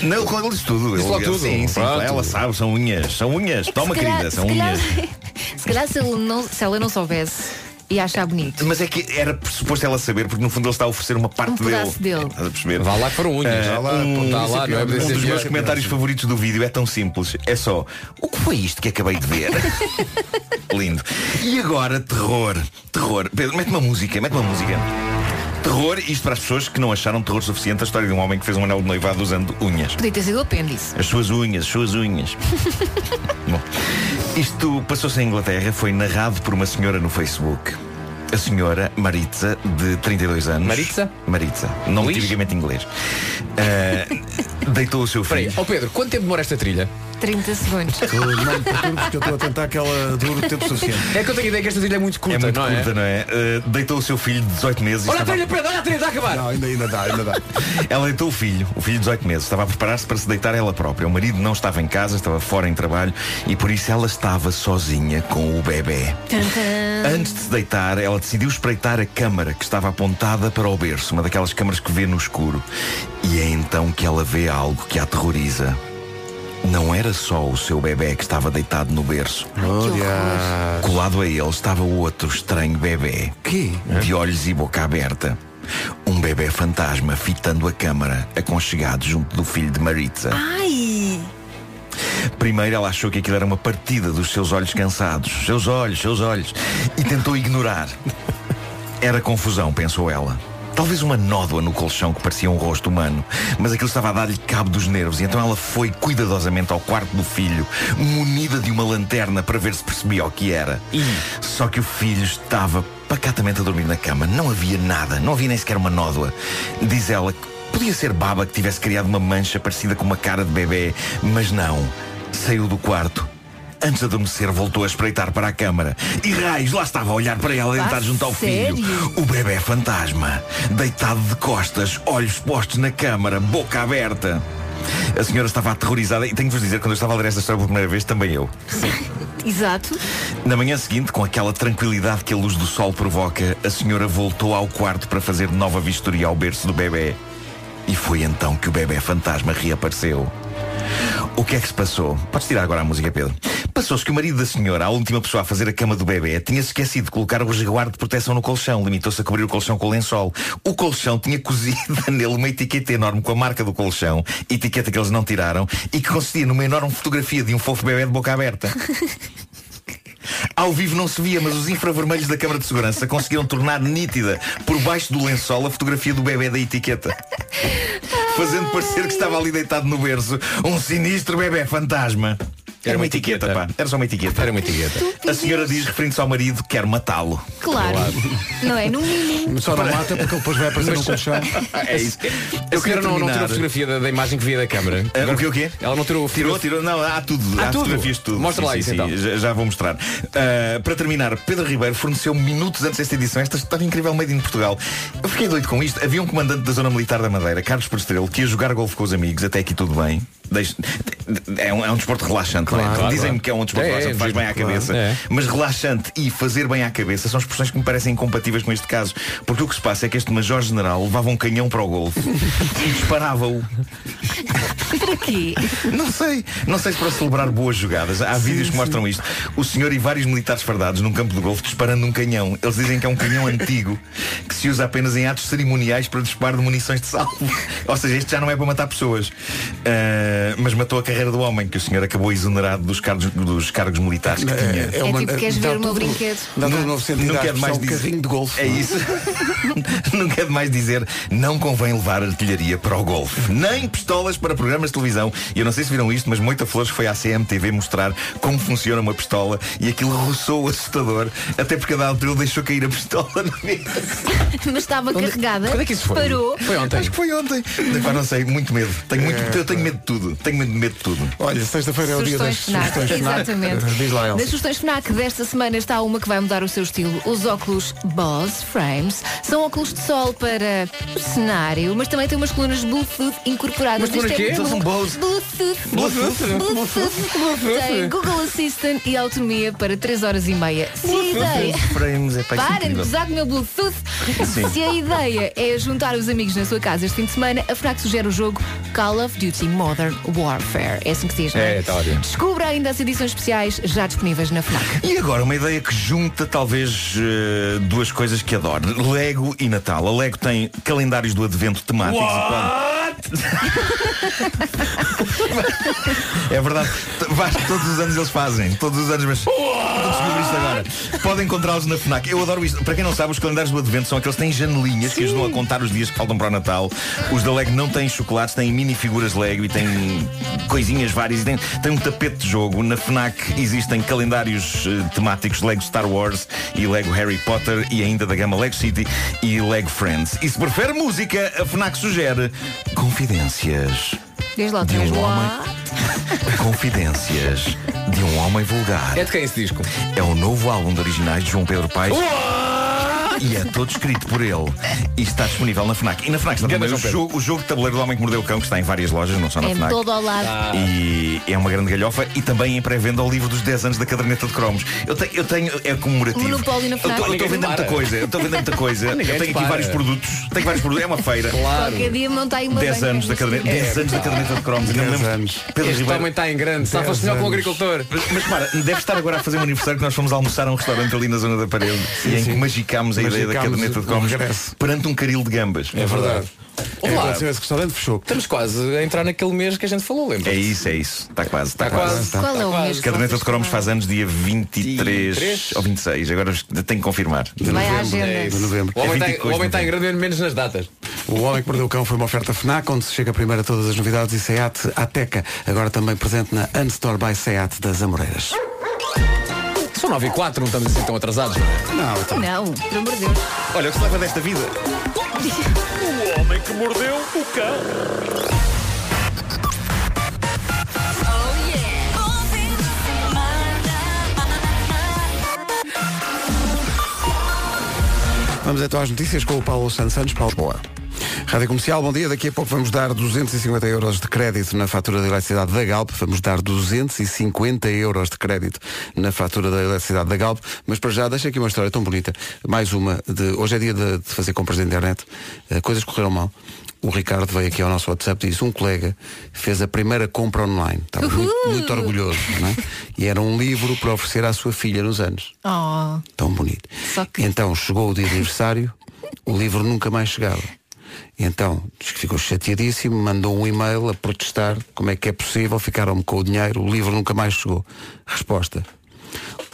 Speaker 12: Não, ele ele disse tudo. Ele-
Speaker 3: Disse
Speaker 12: assim,
Speaker 3: logo tudo.
Speaker 12: Sim, sim,
Speaker 3: Pronto.
Speaker 12: ela sabe, são unhas, são unhas.
Speaker 4: É que
Speaker 12: Toma,
Speaker 4: se calhar-
Speaker 12: querida, são
Speaker 4: se calhar-
Speaker 12: unhas.
Speaker 4: Se calhar se, ele não, se ela não soubesse, ia achar bonito.
Speaker 12: Mas é que era suposto ela saber, porque no fundo ele está a oferecer uma parte
Speaker 4: Um
Speaker 12: dele.
Speaker 4: pedaço dele.
Speaker 12: Estás a perceber?
Speaker 3: Vá lá que foram unhas.
Speaker 12: Eh,
Speaker 3: Vá lá,
Speaker 12: um,
Speaker 3: apontar lá, não é?
Speaker 12: um
Speaker 3: Podia ser
Speaker 12: dos meus
Speaker 3: pior.
Speaker 12: comentários favoritos do vídeo é tão simples. É só, o que foi isto que acabei de ver? Lindo. E agora, terror. Terror. Pedro, mete uma música, mete uma música. Terror, isto para as pessoas que não acharam terror suficiente a história de um homem que fez um anel de noivado usando unhas.
Speaker 4: Podia ter sido o apêndice.
Speaker 12: As suas unhas, as suas unhas. Bom, isto passou-se em Inglaterra, foi narrado por uma senhora no Facebook. A senhora Maritza, de 32 anos. Maritza? Maritza. Não
Speaker 3: Luís?
Speaker 12: tipicamente inglês. Ah, deitou o seu filho.
Speaker 3: Ó Pedro, quanto tempo demora esta trilha?
Speaker 4: 30 segundos.
Speaker 12: não me perturbes, porque eu estou a tentar que ela dure o tempo suficiente.
Speaker 3: É que eu tenho a ideia que esta trilha é muito curta,
Speaker 12: é muito
Speaker 3: não
Speaker 12: curta, não é? Ah, deitou o seu filho de 18 meses. e
Speaker 3: Olha a
Speaker 12: estava-
Speaker 3: trilha, Pedro, olha a trilha, está a acabar.
Speaker 12: não, ainda, ainda dá, ainda dá. Ela deitou o filho, o filho de 18 meses, estava a preparar-se para se deitar ela própria. O marido não estava em casa, estava fora em trabalho e por isso ela estava sozinha com o bebê. Antes de se deitar, ela decidiu espreitar a câmara que estava apontada para o berço, uma daquelas câmaras que vê no escuro. E é então que ela vê algo que a aterroriza. Não era só o seu bebê que estava deitado no berço. Colado a ele estava o outro estranho bebê. Que? De olhos e boca aberta. Um bebê fantasma fitando a câmara, aconchegado junto do filho de Maritza.
Speaker 4: Ai!
Speaker 12: Primeiro ela achou que aquilo era uma partida dos seus olhos cansados. Seus olhos, seus olhos. E tentou ignorar. Era confusão, pensou ela. Talvez uma nódoa no colchão que parecia um rosto humano, mas aquilo estava a dar-lhe cabo dos nervos, e então ela foi cuidadosamente ao quarto do filho, munida de uma lanterna para ver se percebia o que era. Só que o filho estava pacatamente a dormir na cama, não havia nada, não havia nem sequer uma nódoa. Diz ela que podia ser baba que tivesse criado uma mancha parecida com uma cara de bebê, mas não. Saiu do quarto Antes de adormecer, voltou a espreitar para a câmara. E raios, lá estava a olhar para ela,
Speaker 13: Pá,
Speaker 12: deitada junto ao
Speaker 13: sério?
Speaker 12: um filho. O bebê é fantasma, deitado de costas, olhos postos na câmara, boca aberta. A senhora estava aterrorizada e tenho que vos dizer, quando eu estava a ler esta história pela primeira vez, também eu.
Speaker 4: Exato.
Speaker 12: Na manhã seguinte, com aquela tranquilidade que a luz do sol provoca, a senhora voltou ao quarto para fazer nova vistoria ao berço do bebê. E foi então que o bebê fantasma reapareceu. O que é que se passou? Podes tirar agora a música, Pedro. Passou-se que o marido da senhora, a última pessoa a fazer a cama do bebê, tinha se esquecido de colocar o resguardo de proteção no colchão. Limitou-se a cobrir o colchão com o lençol. O colchão tinha cozida nele uma etiqueta enorme com a marca do colchão, etiqueta que eles não tiraram, e que consistia numa enorme fotografia de um fofo bebê de boca aberta. Ao vivo não se via, mas os infravermelhos da Câmara de Segurança conseguiram tornar nítida por baixo do lençol a fotografia do bebê da etiqueta. Fazendo parecer que estava ali deitado no berço um sinistro bebê fantasma. Era uma etiqueta, pá. Era só uma etiqueta. Era uma etiqueta. A senhora diz, referindo-se ao marido, quer matá-lo.
Speaker 4: Claro. Não é? No mínimo.
Speaker 1: Só não mata porque ele depois vai aparecer no
Speaker 3: Mas-
Speaker 1: colchão.
Speaker 3: É isso. A senhora não, não tirou a fotografia da, da imagem que via da câmara.
Speaker 12: Ah, o quê, o quê?
Speaker 3: Ela não tirou a
Speaker 12: Tirou, tirou. Não, há tudo.
Speaker 3: Há tudo?
Speaker 12: fotografias de tudo.
Speaker 3: Mostra
Speaker 12: Sim,
Speaker 3: lá
Speaker 12: sim,
Speaker 3: isso,
Speaker 12: sim.
Speaker 3: então.
Speaker 12: Já, já vou mostrar. Ah, para terminar, Pedro Ribeiro forneceu minutos antes desta edição esta história incrível made in Portugal. Eu fiquei doido com isto. Havia um comandante da Zona Militar da Madeira, Carlos Prestrelo, que ia jogar golfe com os amigos. Até aqui tudo bem. Deixe- É, um, é um desporto relaxante, não é?
Speaker 3: Claro, claro.
Speaker 12: Dizem-me que é um desporto
Speaker 3: É, é,
Speaker 12: relaxante, faz bem à
Speaker 3: claro.
Speaker 12: cabeça.
Speaker 3: É.
Speaker 12: Mas relaxante e fazer bem à cabeça são expressões que me parecem incompatíveis com este caso. Porque o que se passa é que este major-general levava um canhão para o golfe e disparava-o.
Speaker 4: Para quê?
Speaker 12: Não sei, não sei se para celebrar boas jogadas. Há vídeos que mostram isto. O senhor e vários militares fardados num campo de golfe disparando um canhão. Eles dizem que é um canhão antigo que se usa apenas em atos cerimoniais para disparo de munições de salvo. Ou seja, este já não é para matar pessoas. Ah, mas matou a carreira do homem, que o senhor acabou exonerado dos cargos, dos cargos militares que
Speaker 1: eh,
Speaker 12: tinha.
Speaker 4: É, tipo, queres ver o meu brinquedo?
Speaker 1: Dá todo um novo sentido
Speaker 12: Não
Speaker 1: à
Speaker 12: quero mais
Speaker 1: expressão
Speaker 12: dizer.
Speaker 1: carrinho de golfe.
Speaker 12: É isso. não quero mais dizer, não convém levar artilharia para o golfe. Nem pistolas para programas de televisão. E eu não sei se viram isto, mas Moita Flores foi à CMTV mostrar como funciona uma pistola e aquilo roçou assustador, até porque a dada altura ele deixou cair a pistola na mesa.
Speaker 4: Mas estava carregada.
Speaker 12: quando é que isso foi?
Speaker 4: Parou.
Speaker 12: Foi ontem. Acho que foi ontem. Epá, não sei, muito medo. Tenho muito, eu tenho medo de tudo. Tenho medo, medo de tudo.
Speaker 1: Olha, sexta-feira é o dia das
Speaker 4: Sugestões FNAC,
Speaker 1: sugestões FNAC.
Speaker 4: exatamente.
Speaker 1: Diz lá,
Speaker 4: Das
Speaker 1: Elsa.
Speaker 4: sugestões FNAC desta semana está uma que vai mudar o seu estilo. Os óculos Boss Frames são óculos de sol para o cenário, mas também tem umas colunas Bluetooth incorporadas.
Speaker 10: Mas colunas
Speaker 4: Isto é
Speaker 10: quê?
Speaker 4: muito
Speaker 10: Eles são
Speaker 4: bom.
Speaker 10: Bose.
Speaker 4: Bluetooth.
Speaker 10: Bluetooth.
Speaker 4: Bluetooth. Tem Google Assistant e autonomia para 3 horas e meia. Se a ideia...
Speaker 12: Frames, epá, isso é
Speaker 4: Parem de
Speaker 12: incrível.
Speaker 4: usar do meu Bluetooth.
Speaker 12: Sim.
Speaker 4: Se a ideia é juntar os amigos na sua casa este fim de semana, a FNAC sugere o jogo Call of Duty Modern Warfare. É assim que se diz, não é?
Speaker 12: É, tá ótimo.
Speaker 4: Descubra ainda as edições especiais já disponíveis na FNAC.
Speaker 12: E agora uma ideia que junta talvez eh, duas coisas que adoro. Lego e Natal. A Lego tem calendários do advento temáticos e É verdade. T- Vasco, todos os anos eles fazem. Todos os anos, mas. Vou descobrir isto agora. Podem encontrá-los na FNAC. Eu adoro isto. Para quem não sabe, os calendários do Advento são aqueles que têm janelinhas que ajudam a contar os dias que faltam para o Natal. Os da Lego não têm chocolates, têm minifiguras Lego e têm coisinhas várias. E têm, têm um tapete de jogo. Na FNAC existem calendários eh, temáticos Lego Star Wars e Lego Harry Potter e ainda da gama Lego City e Lego Friends. E se prefere música, a FNAC sugere Confidências.
Speaker 4: Diz lá outra
Speaker 12: De um
Speaker 4: vez.
Speaker 12: homem.
Speaker 4: Uá.
Speaker 12: Confidências de um homem vulgar. É de quem esse disco? É o novo álbum de originais de João Pedro Paes. E é todo escrito por ele. E está disponível na FNAC. E na FNAC está também o jogo, o jogo de tabuleiro do Homem que Mordeu o Cão, que está em várias lojas, não só na
Speaker 4: É
Speaker 12: FNAC.
Speaker 4: todo ao lado.
Speaker 12: E é uma grande galhofa e também em pré-venda ao livro dos 10 anos da caderneta de cromos. Eu tenho, eu tenho é comemorativo.
Speaker 4: Monopólio na
Speaker 12: Eu tô-
Speaker 4: FNAC.
Speaker 12: eu estou a vender muita
Speaker 4: Ninguém
Speaker 12: coisa, eu estou a vender muita coisa. Eu
Speaker 4: Ninguém
Speaker 12: tenho aqui
Speaker 4: repara.
Speaker 12: vários produtos. Tenho vários produtos, é uma feira.
Speaker 4: Qualquer dia monta aí uma
Speaker 12: 10
Speaker 4: banca. É.
Speaker 12: anos da caderneta, 10 anos da caderneta de cromos. Ainda me lembro- Pedro
Speaker 3: Este
Speaker 12: Ribeiro-
Speaker 3: homem está em grande. Safa-se melhor com o agricultor.
Speaker 12: Mas, mas para, deve estar agora a fazer um aniversário que nós fomos almoçar a um restaurante ali na zona da parede e em que magicámos a ideia da
Speaker 1: Magicámos
Speaker 12: caderneta de
Speaker 1: o
Speaker 12: cromos
Speaker 1: regresso.
Speaker 12: perante um caril de gambas.
Speaker 1: É verdade.
Speaker 3: Olá.
Speaker 1: É verdade, esse restaurante fechou.
Speaker 3: Estamos quase a entrar naquele mês que a gente falou, lembra?
Speaker 12: É isso, é isso. Está quase, está
Speaker 3: Está
Speaker 12: quase.
Speaker 3: quase.
Speaker 12: Está.
Speaker 3: Qual é o
Speaker 12: Está
Speaker 3: mês que
Speaker 12: Caderneta
Speaker 3: vocês
Speaker 12: de cromos faz anos dia 23
Speaker 3: 23?
Speaker 12: ou 26. Agora tenho que confirmar. De
Speaker 3: Vai à
Speaker 1: agenda.
Speaker 12: É isso.
Speaker 1: De novembro.
Speaker 3: O homem
Speaker 1: É
Speaker 3: está-
Speaker 1: 20 e
Speaker 3: o
Speaker 1: coisa,
Speaker 3: homem está em grande menos nas datas.
Speaker 1: O Homem que Mordeu o Cão foi uma oferta FNAC, onde se chega primeiro a todas as novidades e SEAT Ateca, agora também presente na Unstore by SEAT das Amoreiras.
Speaker 3: São 9 e 4, não estamos assim tão atrasados, não é?
Speaker 1: Não,
Speaker 4: Não, pelo amor de Deus.
Speaker 12: Olha, o que se leva desta vida?
Speaker 10: O homem que mordeu o cão.
Speaker 1: Vamos então às notícias com o Paulo Santos Santos. Paulo, boa. Rádio Comercial, bom dia. Daqui a pouco vamos dar 250 euros de crédito na fatura da eletricidade da Galp. Vamos dar 250 euros de crédito na fatura da eletricidade da Galp. Mas para já, deixa aqui uma história tão bonita. Mais uma. De, hoje é dia de, de fazer compras da internet. Eh, coisas que correram mal. o Ricardo veio aqui ao nosso WhatsApp e disse um colega fez a primeira compra online. Estava muito, muito orgulhoso, não é? E era um livro para oferecer à sua filha nos anos.
Speaker 4: Oh,
Speaker 1: Tão bonito.
Speaker 4: só que.
Speaker 1: Então chegou o dia de aniversário, o livro nunca mais chegava. Então diz que ficou chateadíssimo, mandou um e-mail a protestar como é que é possível, ficaram-me com o dinheiro, o livro nunca mais chegou. Resposta.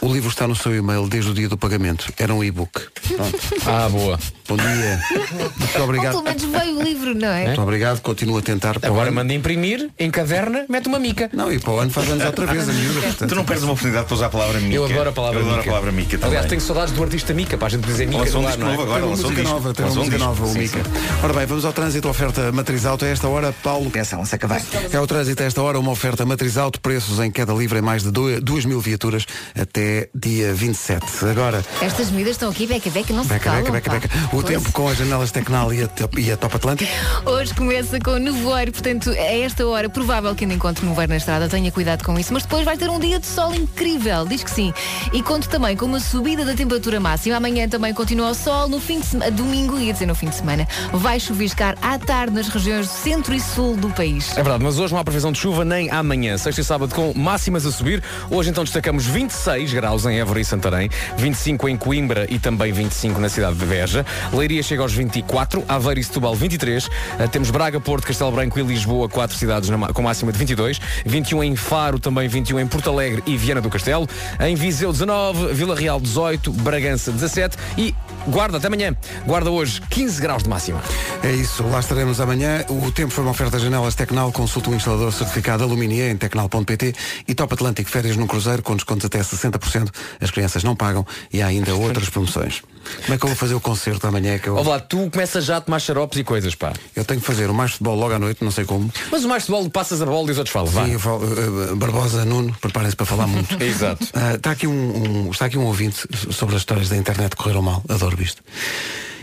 Speaker 1: O livro está no seu e-mail desde o dia do pagamento. Era um e-book. Pronto.
Speaker 3: Ah, boa.
Speaker 1: Bom dia. Muito
Speaker 4: Ou pelo
Speaker 1: obrigado.
Speaker 4: menos veio o livro, não é?
Speaker 1: Muito obrigado, continuo a tentar.
Speaker 3: Agora manda imprimir, encaderna, mete uma mica.
Speaker 1: Não, e para o ano faz anos outra vez, a miúda. portanto.
Speaker 12: Tu não perdes uma oportunidade para usar a palavra mica.
Speaker 3: Eu adoro a palavra
Speaker 12: Eu adoro
Speaker 3: mica.
Speaker 12: a palavra mica também.
Speaker 3: Aliás, tenho saudades do artista Mica, para a gente dizer Mica.
Speaker 12: Lançou um
Speaker 3: no ar,
Speaker 12: disco
Speaker 3: não é?
Speaker 12: novo agora,
Speaker 1: Tem uma
Speaker 12: lançou um
Speaker 1: música
Speaker 12: disco.
Speaker 1: nova, tem uma
Speaker 12: Lançou um
Speaker 1: música
Speaker 12: disco.
Speaker 1: nova, o
Speaker 12: Sim,
Speaker 1: Mica. Ora bem, vamos ao trânsito, oferta matriz alto. A esta hora, Paulo.
Speaker 2: Atenção, se acabei.
Speaker 1: É o trânsito a esta hora, uma oferta matriz alto, preços em queda livre em mais de 2 mil viaturas até dia 27. Agora,
Speaker 4: Estas medidas estão aqui, beca, beca, não se
Speaker 1: beca,
Speaker 4: calam.
Speaker 1: beca, beca,
Speaker 4: pá.
Speaker 1: beca. O
Speaker 4: Pois.
Speaker 1: tempo com as janelas Tecnal e a, Top- e a Top Atlântico.
Speaker 4: Hoje começa com nevoeiro, portanto, a esta hora, provável que ainda encontre nevoeiro na estrada, tenha cuidado com isso, mas depois vai ter um dia de sol incrível, diz que sim. E conto também com uma subida da temperatura máxima, amanhã também continua o sol, no fim de semana, domingo, ia dizer no fim de semana, vai chuviscar à tarde nas regiões do centro e sul do país.
Speaker 3: É verdade, mas hoje não há previsão de chuva nem amanhã. Sexta e sábado com máximas a subir. Hoje então destacamos 26 graus em Évora e Santarém, 25 em Coimbra e também 25 na cidade de Beja. Leiria chega aos 24, Aveiro e Setúbal 23. Eh, Temos Braga, Porto, Castelo Branco e Lisboa, quatro cidades na ma- com máxima de 22. 21 em Faro, também 21 em Porto Alegre e Viana do Castelo. Em Viseu 19, Vila Real 18, Bragança 17 e Guarda até amanhã. Guarda hoje 15 graus de máxima.
Speaker 1: É isso, lá estaremos amanhã. O tempo foi uma oferta janelas Tecnal. Consulta um instalador certificado Aluminier em tecnal.pt e Top Atlântico Férias num Cruzeiro com descontos até 60%. As crianças não pagam e há ainda outras promoções. Como é que eu vou fazer o concerto amanhã? É Que
Speaker 3: Ouve
Speaker 1: eu,
Speaker 3: lá, tu começas já a tomar xaropes e coisas, pá.
Speaker 1: eu tenho que fazer o mais futebol logo à noite, não sei como.
Speaker 3: Mas o mais futebol passas a bola e os outros falam, vá.
Speaker 1: Sim, eu falo, eh, eh, Barbosa Nuno, preparem-se para falar muito.
Speaker 3: Exato.
Speaker 1: Ah, está, aqui um, um- está aqui um ouvinte sobre as histórias da internet que correram mal. Adoro isto.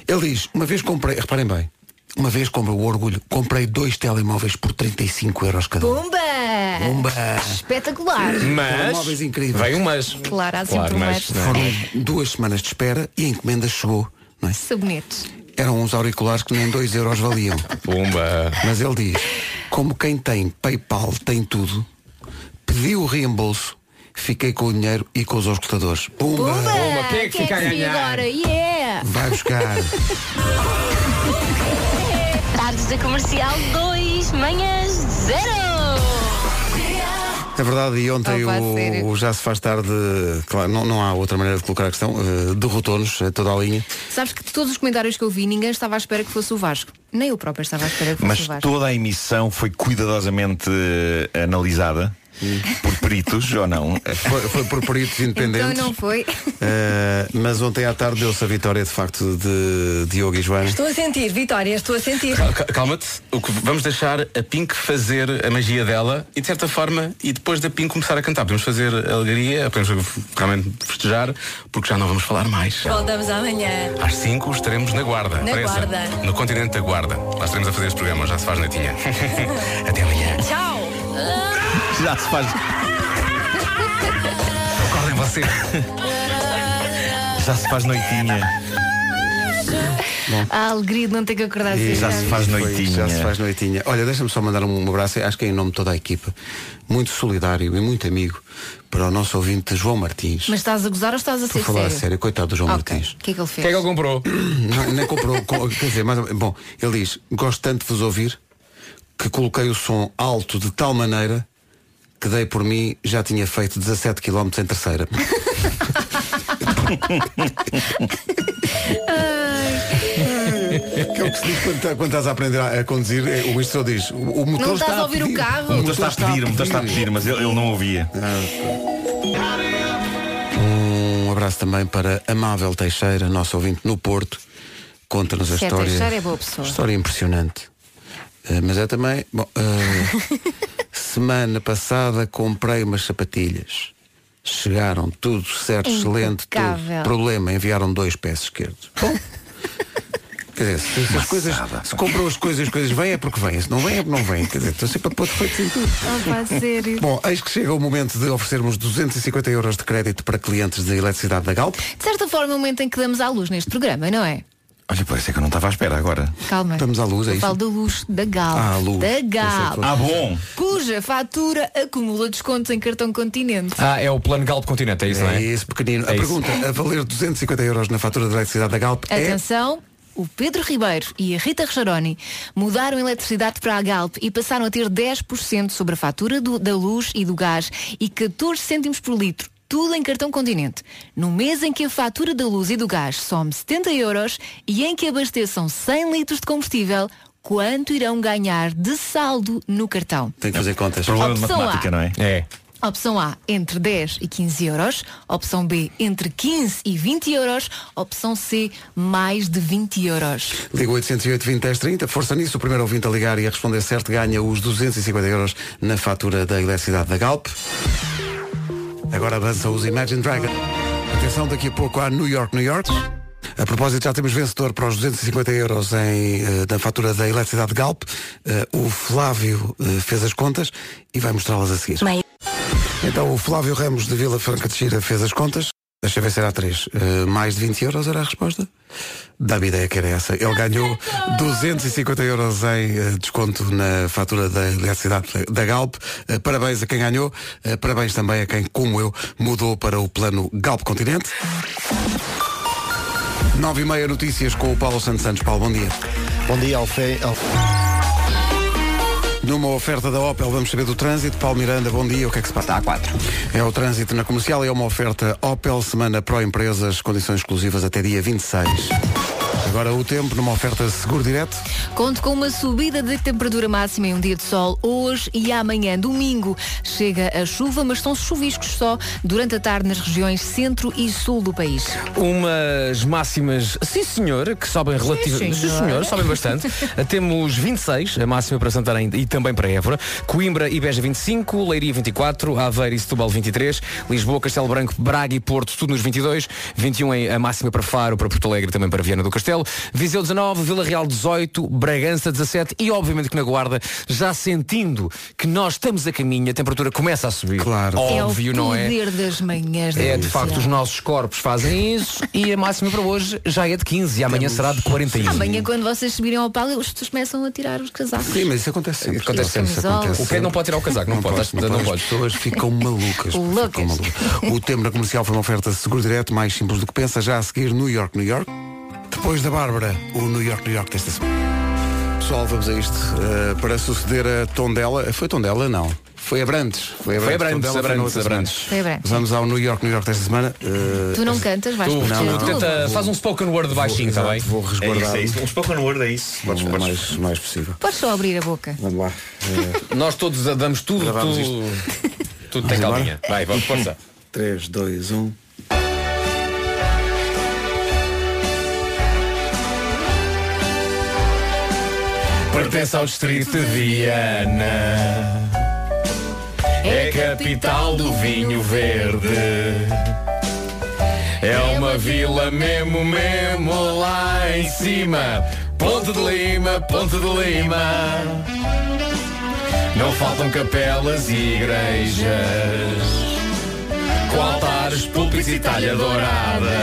Speaker 1: Ele diz, uma vez comprei, reparem bem, uma vez comprei o orgulho, comprei dois telemóveis por 35 euros cada um.
Speaker 4: Bomba!
Speaker 1: Bomba!
Speaker 4: Espetacular!
Speaker 1: Telemóveis incríveis.
Speaker 3: Veio um mas.
Speaker 4: Claro, há sempre um mas.
Speaker 1: Foram duas semanas de espera e a encomenda chegou. não é?
Speaker 4: Sabonetes.
Speaker 1: Eram uns auriculares que nem 2 euros valiam.
Speaker 8: Pumba.
Speaker 1: Mas ele diz, como quem tem PayPal tem tudo, pedi o reembolso, fiquei com o dinheiro e com os auscultadores. Pumba!
Speaker 4: Bomba!
Speaker 3: quem é que fica a ganhar?
Speaker 4: agora? Yeah!
Speaker 1: Vai buscar.
Speaker 13: Tardes da Comercial 2, manhãs 0.
Speaker 1: É verdade, e ontem
Speaker 4: Opa,
Speaker 1: o-
Speaker 4: sério.
Speaker 1: o, Já se faz tarde, claro, não, não há outra maneira de colocar a questão, eh, derrotou-nos eh, toda a linha.
Speaker 4: Sabes que de todos os comentários que eu vi, ninguém estava à espera que fosse o Vasco. Nem eu própria estava à espera que fosse o
Speaker 12: Mas
Speaker 4: Vasco.
Speaker 12: toda a emissão foi cuidadosamente eh, analisada por peritos ou não?
Speaker 1: Foi, foi por peritos
Speaker 4: Então
Speaker 1: independentes.
Speaker 4: não foi.
Speaker 1: eh, mas ontem à tarde deu-se a vitória de facto de Diogo e Joana.
Speaker 14: Estou a sentir, Vitória, estou a sentir.
Speaker 8: Cal- cal- Calma-te, o que vamos deixar a Pink fazer a magia dela e de certa forma, e depois da Pink começar a cantar. Podemos fazer alegria, podemos realmente festejar, porque já não vamos falar mais.
Speaker 14: Voltamos amanhã.
Speaker 8: Às 5 estaremos na Guarda.
Speaker 14: Na
Speaker 8: Pressa,
Speaker 14: Guarda.
Speaker 8: No continente da Guarda. Lá estaremos a fazer este programa, já se faz noitinha. Até amanhã.
Speaker 14: Tchau!
Speaker 12: Já se faz,
Speaker 8: Acordem vocês.
Speaker 12: já se faz noitinha.
Speaker 4: A alegria de não ter que acordar assim.
Speaker 1: E
Speaker 4: cedo.
Speaker 1: Assim é. foi- Já se faz noitinha. Olha, deixa-me só mandar um abraço, acho que é em nome de toda a equipa, muito solidário e muito amigo para o nosso ouvinte João Martins.
Speaker 4: Mas estás a gozar ou estás a
Speaker 1: Por
Speaker 4: ser
Speaker 1: falar a
Speaker 4: sério?
Speaker 1: sério, coitado do João
Speaker 4: Ok.
Speaker 1: Martins.
Speaker 4: O que é que ele fez?
Speaker 3: Quem é que ele comprou?
Speaker 1: Não, nem comprou. co- quer dizer, mais ou menos- bom, ele diz, gosto tanto de vos ouvir que coloquei o som alto de tal maneira que dei por mim já tinha feito 17 km em terceira. que é o que se diz quando, tá- quando estás a aprender a, a conduzir, é, o instrutor diz, o, o motor
Speaker 4: Não
Speaker 1: está
Speaker 4: estás a ouvir o
Speaker 1: pedir.
Speaker 4: carro?
Speaker 12: O motor está a pedir, o motor está a pedir, mas ele, ele não ouvia.
Speaker 1: Um abraço também para Amável Teixeira, nosso ouvinte no Porto. Conta-nos a
Speaker 4: Se é
Speaker 1: história.
Speaker 4: Teixeira, é boa pessoa.
Speaker 1: História impressionante. Eh, mas é também. bom, eh, semana passada comprei umas sapatilhas. Chegaram, tudo certo, excelente. Tudo.
Speaker 4: Impecável.
Speaker 1: Problema, enviaram dois pés esquerdos. Bom. Quer dizer, se, se as coisas, se compram as coisas, as coisas vêm é porque vêm, se não vêm é porque não vêm. Quer dizer, estou sempre a pôr defeitos em tudo.
Speaker 4: Opa, a sério.
Speaker 1: Bom, eis que chega o momento de oferecermos 250 euros de crédito para clientes de eletricidade da Galp.
Speaker 4: De certa forma, é o momento em que damos à luz neste programa, não é?
Speaker 12: Olha, parece que eu não estava à espera agora.
Speaker 4: Calma.
Speaker 12: Estamos à luz, é
Speaker 4: Eu
Speaker 12: isso?
Speaker 4: falo da luz da Gal.
Speaker 12: Ah, a luz.
Speaker 4: Da
Speaker 12: Eu sei
Speaker 4: Gal.
Speaker 12: que- Ah, bom.
Speaker 4: Cuja fatura acumula descontos em cartão continente.
Speaker 3: Ah, é o plano Galp Continente, é isso, não é?
Speaker 1: isso, pequenino. a pergunta, a valer 250 euros na fatura de eletricidade da Galp é...
Speaker 4: Atenção. O Pedro Ribeiro e a Rita Rocheroni mudaram a eletricidade para a Galp e passaram a ter 10% sobre a fatura do- da luz e do gás e 14 cêntimos por litro, tudo em cartão continente. No mês em que a fatura da luz e do gás some 70 euros e em que abasteçam 100 litros de combustível, quanto irão ganhar de saldo no cartão?
Speaker 1: Tem que fazer contas.
Speaker 12: Problema de
Speaker 4: Opção
Speaker 12: matemática,
Speaker 4: A.
Speaker 12: não é? É.
Speaker 4: Opção A, entre 10 e 15 euros. Opção B, entre 15 e 20 euros. Opção C, mais de 20 euros.
Speaker 1: Liga 808 20 10 30, força nisso, o primeiro ouvinte a ligar e a responder certo ganha os 250 euros na fatura da eletricidade da Galp. Agora avançam os Imagine Dragon. Atenção, daqui a pouco há New York, New York. A propósito, já temos vencedor para os 250 euros em, eh, na fatura da eletricidade Galp. Eh, o Flávio eh, fez as contas e vai mostrá-las a seguir. Então, o Flávio Ramos de Vila Franca de Xira fez as contas. Deixa eu ver se era a 3. mais de 20 euros era a resposta? Dá-me ideia que era essa. Ele ganhou 250 euros em eh, desconto na fatura da eletricidade da Galp. Eh, parabéns a quem ganhou. Eh, parabéns também a quem, como eu, mudou para o plano Galp Continente. 9 e meia notícias com o Paulo Santos Santos. Paulo, bom dia.
Speaker 9: Bom dia, Alfé. Alfé.
Speaker 1: Numa oferta da Opel, vamos saber do trânsito. Paulo Miranda, bom dia. O que é que se passa? Está a 4. É o trânsito na comercial e é uma oferta Opel, semana pró-empresas, condições exclusivas até dia 26. Agora o tempo numa oferta seguro direto.
Speaker 4: Conto com uma subida de temperatura máxima em um dia de sol hoje e amanhã, domingo. Chega a chuva, mas são chuviscos só durante a tarde nas regiões centro e sul do país.
Speaker 3: Umas máximas, sim senhor, que sobem relativamente.
Speaker 4: senhor.
Speaker 3: sobem bastante. Temos 26, a máxima para Santarém e também para Évora. Coimbra e Beja 25, Leiria 24, Aveiro e Setúbal 23, Lisboa, Castelo Branco, Braga e Porto, tudo nos 22, 21 é a máxima para Faro, para Porto Alegre e também para Viana do Castelo, Viseu 19, Vila Real 18, Bragança 17 e obviamente que na Guarda, já sentindo que nós estamos a caminho, a temperatura começa a subir. Claro. Óbvio,
Speaker 4: é o
Speaker 3: não é?
Speaker 4: poder das manhãs da
Speaker 3: É, de
Speaker 4: comercial.
Speaker 3: facto, os nossos corpos fazem isso e a máxima para hoje já é de 15 e um. amanhã será de 41.
Speaker 4: Amanhã, quando vocês subirem ao palco, as pessoas começam a tirar os casacos.
Speaker 1: Sim, mas isso acontece sempre.
Speaker 3: Acontece sempre.
Speaker 1: Isso acontece
Speaker 3: O Pedro não pode tirar o casaco, não, pode. não
Speaker 1: As
Speaker 3: pode.
Speaker 1: pessoas ficam malucas.
Speaker 4: Loucas.
Speaker 1: ficam malucas. O tempo na comercial foi uma oferta seguro direto, mais simples do que pensa, já a seguir New York, New York. Depois da Bárbara, o New York, New York desta semana. Pessoal, vamos a isto. Eh, para suceder a Tondela, foi Tondela? Não. Foi Abrantes.
Speaker 3: Foi Abrantes,
Speaker 1: Tondela foi
Speaker 3: Abrantes,
Speaker 1: noutra semana.
Speaker 3: Abrantes.
Speaker 4: Foi Abrantes.
Speaker 1: Vamos ao New York, New York desta semana. Eh,
Speaker 4: Tu não cantas, vais
Speaker 1: Tu-
Speaker 4: para
Speaker 1: não, não.
Speaker 3: Tenta, faz um spoken word baixinho, está bem?
Speaker 1: Vou resguardar.
Speaker 12: É isso, é isso. Um spoken word é isso.
Speaker 1: Podes, podes. Mais, mais possível.
Speaker 4: Podes só abrir a boca.
Speaker 1: Vamos lá.
Speaker 3: Nós todos damos tudo,
Speaker 1: Gravamos
Speaker 3: tudo, tudo tem calminha. Vai, vamos força.
Speaker 1: 3, 2, 1.
Speaker 3: Pertence ao distrito de Viana. É capital do vinho verde. É uma vila mesmo, mesmo lá em cima. Ponte de Lima, Ponte de Lima. Não faltam capelas e igrejas. Com altares, púlpitos e talha dourada.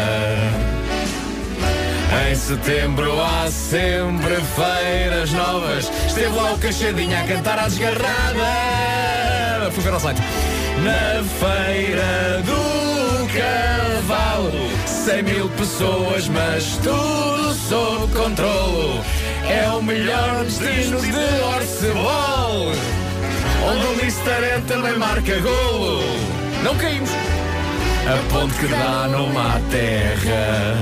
Speaker 3: Em setembro há sempre feiras novas. Esteve lá o Cachadinha a cantar à desgarrada. Fui ver ao site. Na feira do cavalo, 100 mil pessoas, mas tudo sob controlo. É o melhor destino de Orcebol, onde o Listaré também marca golo. Não caímos. A ponte que dá numa terra.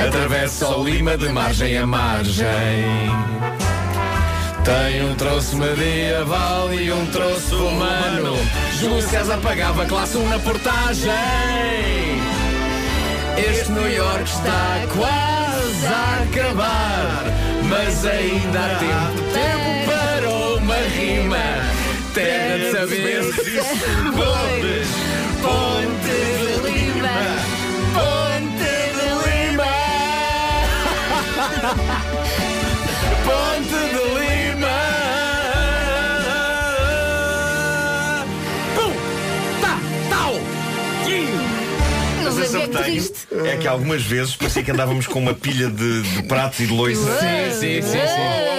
Speaker 3: Atravessa o Lima de margem a margem Tem um troço medieval e um troço humano Júlio César pagava classe 1 na portagem Este New York está quase a acabar Mas ainda há tempo, tempo para uma rima Terra de saberes e sabores Ponte de Lima Ponte de Lima! Ponte de Lima! Pum! Tá! Tau! Ih!
Speaker 4: Não
Speaker 3: Mas
Speaker 4: sei é
Speaker 12: sensação que tenho
Speaker 4: triste.
Speaker 12: é que algumas vezes parecia que andávamos com uma pilha de, de pratos e de loiças.
Speaker 4: Sim, sim, sim, sim.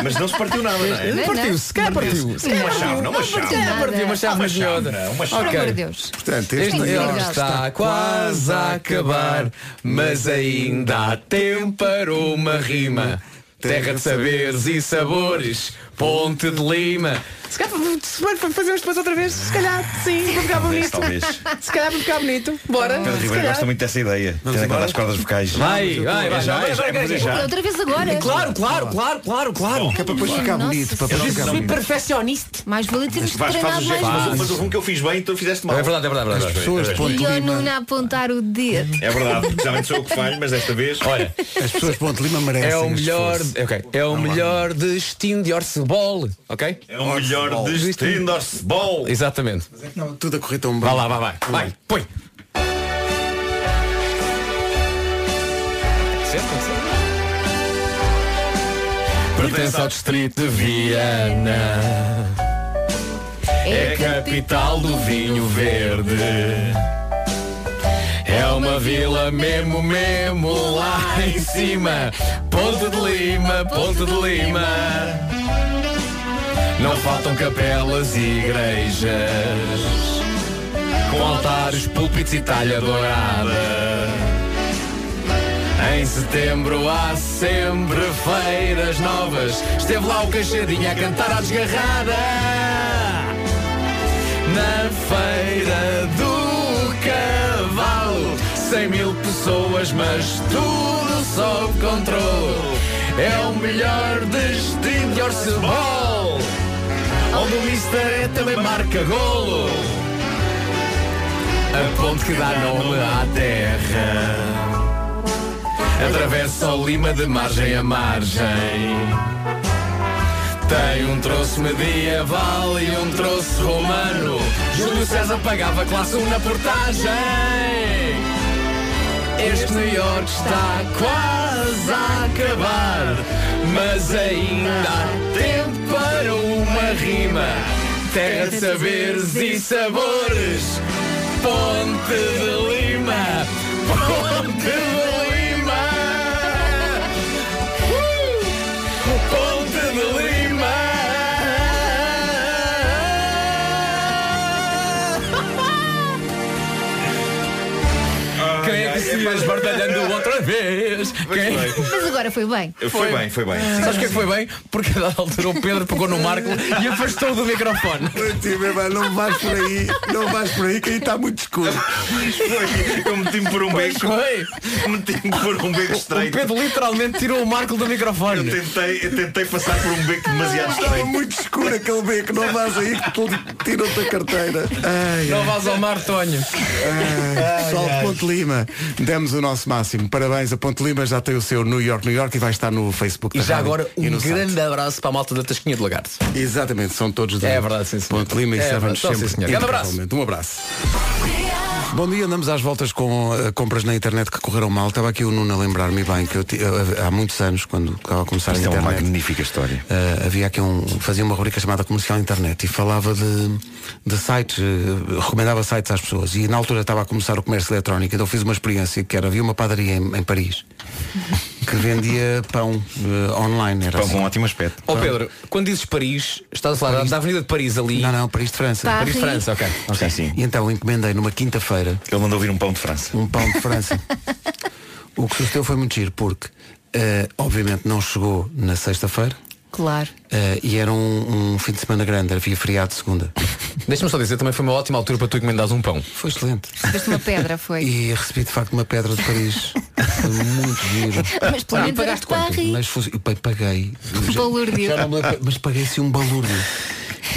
Speaker 12: Mas não se partiu nada, não é?
Speaker 4: Não, não. Partiu-se, se calhar
Speaker 12: Partiu-se.
Speaker 4: partiu.
Speaker 12: Uma chave, não uma
Speaker 4: Não
Speaker 12: chave.
Speaker 4: partiu nada.
Speaker 3: Partiu uma chave, mas miúda.
Speaker 12: não, uma
Speaker 4: Por
Speaker 12: chave.
Speaker 4: amor de Deus.
Speaker 1: Portanto,
Speaker 3: este
Speaker 4: Sim,
Speaker 3: verão
Speaker 4: sim,
Speaker 3: está
Speaker 4: está.
Speaker 3: quase a acabar, mas ainda há tempo para uma rima. Terra de saberes e sabores, Ponte de Lima. Se calhar se bem, fazemos depois outra vez, se calhar sim, vai ficar bonito.
Speaker 12: Talvez,
Speaker 3: Se calhar vai ficar bonito. Bora.
Speaker 12: Pedro
Speaker 3: Se
Speaker 12: Ribeiro
Speaker 3: calhar.
Speaker 12: gosta muito dessa ideia. Tendo agora as cordas vocais.
Speaker 3: Vai, vai, vai,
Speaker 12: É já,
Speaker 3: vai,
Speaker 12: é já,
Speaker 3: vai,
Speaker 12: é para fazer já.
Speaker 4: Outra vez agora.
Speaker 3: Claro, claro, claro, claro, claro.
Speaker 1: Que é para depois ficar
Speaker 4: Nossa
Speaker 1: bonito. Para
Speaker 4: Senhora.
Speaker 1: depois
Speaker 4: Eu
Speaker 1: ficar
Speaker 4: sou
Speaker 1: bonito.
Speaker 4: perfeccionista. Mais vale termos
Speaker 12: Faz, faz
Speaker 4: treinado
Speaker 12: os
Speaker 4: mais
Speaker 12: gestos, mas,
Speaker 4: vezes.
Speaker 12: mas houve um que eu fiz bem, tu fizeste mal.
Speaker 3: É verdade, é verdade, é verdade.
Speaker 12: As pessoas
Speaker 1: põem-
Speaker 4: E o
Speaker 1: Lima.
Speaker 4: Nuno a apontar o dedo.
Speaker 12: É verdade, geralmente sou eu que falho, mas desta vez.
Speaker 3: Olha,
Speaker 1: As pessoas de Ponte Lima merecem.
Speaker 3: é o
Speaker 1: este
Speaker 3: melhor,
Speaker 1: esforço.
Speaker 3: ok, é o melhor destino de Orsebol, ok?
Speaker 12: é o melhor destino de Orsebol.
Speaker 3: Exatamente.
Speaker 1: É Não, tudo a correr tão bem.
Speaker 3: Vai lá, vai, vai, vai, põe. Pertence ao distrito de Viana. É capital do vinho verde. É uma vila mesmo, mesmo lá em cima. Ponte de Lima, Ponte de Lima. Não faltam capelas e igrejas. Com altares, púlpitos e talha dourada. Em setembro há sempre feiras novas. Esteve lá o Cachadinho a cantar à desgarrada. Na feira do cavalo, cem mil pessoas, mas tudo sob controle. É o melhor destino de Orcebol, onde o Mister E também marca golo. A ponte que dá nome à terra. Atravessa o Lima de margem a margem. Tem um troço medieval e um troço romano. Júlio César pagava classe 1 na portagem. Este New York está quase a acabar, mas ainda há tempo para uma rima. Terra de saberes e sabores. Ponte de Lima. Ponte de Lima. Ponte de Lima. Quem é que se ia esbardalhando outra vez? Quem?
Speaker 4: Mas agora foi bem.
Speaker 12: Foi bem, foi bem. sim.
Speaker 3: Sabes o que é que foi bem? Porque a dada altura o Pedro pegou no Marco e afastou do microfone.
Speaker 1: Sim, meu irmão, Não vais por aí, não vais por aí, que aí está muito escuro.
Speaker 12: Foi, Eu meti-me por um beco.
Speaker 3: Foi.
Speaker 12: Meti-me por um beco
Speaker 3: O
Speaker 12: estreito.
Speaker 3: Pedro literalmente tirou o Marco do
Speaker 12: Eu
Speaker 3: microfone.
Speaker 12: tentei, eu tentei passar por um beco demasiado
Speaker 1: Estava
Speaker 12: estreito.
Speaker 1: muito escuro aquele beco, não vais aí que tu- tiram-te a carteira. Ai,
Speaker 3: Não vás ao mar, Tonho.
Speaker 1: ai. Pessoal de Ponte Lima, demos o nosso máximo. Parabéns, a Ponte Lima já tem o seu New York, New York e vai estar no Facebook
Speaker 3: E
Speaker 1: da
Speaker 3: já
Speaker 1: rádio
Speaker 3: agora
Speaker 1: e
Speaker 3: um
Speaker 1: no
Speaker 3: grande
Speaker 1: site.
Speaker 3: abraço para a malta da Tasquinha de Lagarto.
Speaker 1: Exatamente, são todos da
Speaker 3: É verdade, sim, senhor.
Speaker 1: Ponte Lima e
Speaker 3: É
Speaker 1: servem-nos
Speaker 3: verdade,
Speaker 1: sempre.
Speaker 3: sim, senhor. Grande abraço.
Speaker 1: impecavelmente. Um abraço. Bom dia, andamos às voltas com eh, compras na internet que correram mal. Estava aqui o Nuno a lembrar-me bem que eu ti- eu, há muitos anos, quando estava a começar a
Speaker 3: um
Speaker 12: Isto é uma
Speaker 1: internet.
Speaker 12: magnífica história.
Speaker 1: Uh, havia aqui um fazia uma rubrica chamada comercial internet e falava de, de sites uh, recomendava sites às pessoas e na altura estava a começar o comércio eletrónico então fiz uma experiência que era havia uma padaria em, em Paris que vendia pão uh, online era
Speaker 12: Pão
Speaker 1: assim.
Speaker 12: com um ótimo aspecto.
Speaker 3: Ó Pedro, quando dizes Paris, estás a falar da- da Avenida de Paris ali.
Speaker 1: não não Paris de França
Speaker 4: Pá.
Speaker 3: Paris,
Speaker 4: Sim.
Speaker 3: França, ok.
Speaker 12: Sim, sim.
Speaker 1: e então encomendei numa quinta-feira
Speaker 12: Ele mandou vir um pão de França.
Speaker 1: um pão de França o que sucedeu foi muito giro porque uh, obviamente não chegou na sexta-feira
Speaker 4: Claro.
Speaker 1: uh, e era um, um fim de semana grande havia feriado de segunda
Speaker 3: Deixa-me só dizer, também foi uma ótima altura para tu encomendares um pão.
Speaker 1: foi excelente
Speaker 4: Foste uma pedra, foi.
Speaker 1: E recebi de facto uma pedra de Paris. Foi muito giro.
Speaker 4: Mas pelo
Speaker 3: Ah,
Speaker 4: menos
Speaker 3: pagaste
Speaker 4: pagaste
Speaker 3: quanto?
Speaker 4: quanto?
Speaker 1: Mas fosse, eu pa- paguei.
Speaker 4: Balúrdio.
Speaker 1: Já não me lembro, mas paguei-se um balúrdio.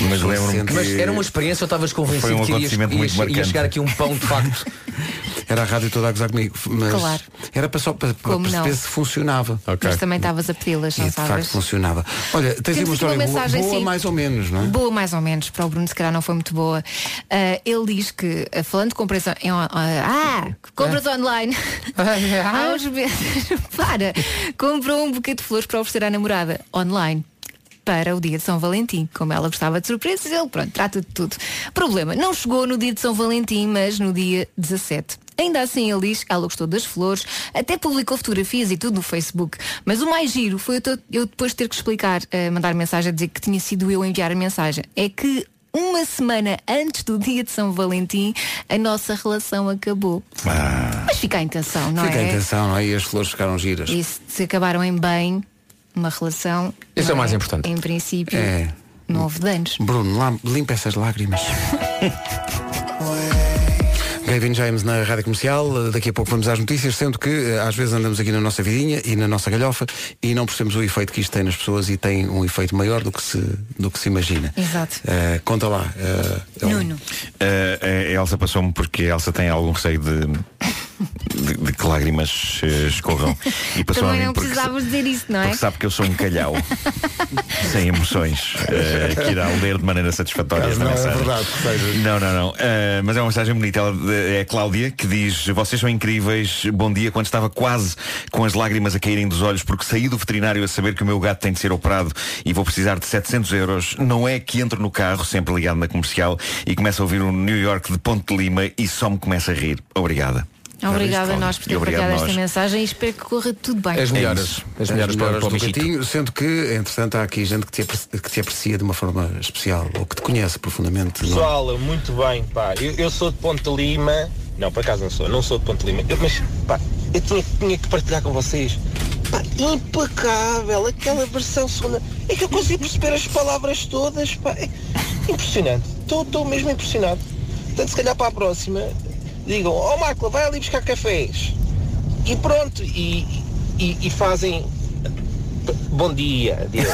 Speaker 12: Mas lembro-me
Speaker 1: recente.
Speaker 3: Mas era uma experiência ou estavas
Speaker 12: Foi
Speaker 3: convencido
Speaker 12: um
Speaker 3: que ias,
Speaker 12: acontecimento
Speaker 3: ias,
Speaker 12: muito
Speaker 3: ia
Speaker 12: marcante.
Speaker 3: chegar aqui um pão de facto?
Speaker 1: Era a rádio toda a gozar comigo. Mas
Speaker 4: Claro.
Speaker 1: era para só para, para
Speaker 4: Como
Speaker 1: perceber
Speaker 4: não?
Speaker 1: se funcionava.
Speaker 4: Mas também estavas a pedi-las,
Speaker 1: E
Speaker 4: não
Speaker 1: de facto
Speaker 4: sabes?
Speaker 1: funcionava. Olha, tens aí uma
Speaker 4: Temos aqui uma
Speaker 1: história boa,
Speaker 4: mensagem,
Speaker 1: boa
Speaker 4: sim.
Speaker 1: mais ou menos, não é?
Speaker 4: Boa mais ou menos, para o Bruno se calhar não foi muito boa. Ah, ele diz que, ah, falando de compras, on- em on- ah,
Speaker 1: É.
Speaker 4: compras online,
Speaker 1: Ah,
Speaker 4: há uns meses, para, comprou um buquê de flores para oferecer à namorada, online. Para o dia de São Valentim, como ela gostava de surpresas, ele pronto, trata de tudo. Problema, não chegou no dia de São Valentim, mas no dia 17. Ainda assim, ele diz, ela gostou das flores, até publicou fotografias e tudo no Facebook. Mas o mais giro foi eu, to- eu depois ter que explicar, eh, mandar mensagem a dizer que tinha sido eu a enviar a mensagem. É que uma semana antes do dia de São Valentim, a nossa relação acabou. Mas fica a intenção, não
Speaker 1: Fica a
Speaker 4: é?
Speaker 1: intenção, não é? E as flores ficaram giras.
Speaker 4: E se- se acabaram em bem, uma relação.
Speaker 1: Isso
Speaker 4: não
Speaker 1: é o mais importante.
Speaker 4: Em princípio,
Speaker 1: É.
Speaker 4: não houve danos.
Speaker 1: Bruno, lá- limpa essas lágrimas. Gavin James na Rádio Comercial, daqui a pouco vamos às notícias, sendo que eh, às vezes andamos aqui na nossa vidinha e na nossa galhofa e não percebemos o efeito que isto tem nas pessoas e tem um efeito maior do que se, do que se imagina.
Speaker 4: Exato.
Speaker 1: Eh, conta lá. eh, Elsa.
Speaker 12: Eh, a Elsa passou-me porque a Elsa tem algum receio de, de, de que lágrimas eh, escorram. E passou a
Speaker 4: Também
Speaker 12: mim
Speaker 4: não
Speaker 12: porque,
Speaker 4: precisavas dizer isso, não é?
Speaker 12: porque sabe que eu sou um calhau sem emoções eh, que irá ler de maneira satisfatória esta
Speaker 1: não é
Speaker 12: mensagem.
Speaker 1: verdade,
Speaker 12: Não, não, não. Eh, mas é uma mensagem bonita. Ela, eh, é a Cláudia que diz: Vocês são incríveis. Bom dia. Quando estava quase com as lágrimas a caírem dos olhos porque saí do veterinário a saber que o meu gato tem de ser operado e vou precisar de 700 euros, não é que entro no carro, sempre ligado na comercial, e começo a ouvir um New York de Ponte de Lima e só me começa a rir. Obrigada.
Speaker 4: Obrigada a nós por
Speaker 12: E
Speaker 4: ter
Speaker 12: obrigado
Speaker 4: partilhado
Speaker 12: nós.
Speaker 4: esta mensagem e espero que corra tudo bem.
Speaker 1: É isso.
Speaker 3: As melhoras para- para o
Speaker 1: do
Speaker 3: Miquito.
Speaker 1: cantinho, sendo que, entretanto, há aqui gente que te, aprecia, que te aprecia de uma forma especial ou que te conhece profundamente. não é?
Speaker 15: Pessoal, muito bem, pá. Eu, eu sou de Ponte Lima. Não, por acaso não sou, não sou de Ponte Lima. Eu- mas, pá, eu tinha, tinha que partilhar com vocês. Pá, impecável, aquela versão segunda. É que eu consigo perceber as palavras todas, pá. É impressionante. Estou mesmo impressionado. Portanto, se calhar para a próxima, digam, ó Marco, vai ali buscar cafés. E pronto, e, e- e fazem. Bom dia, Diogo.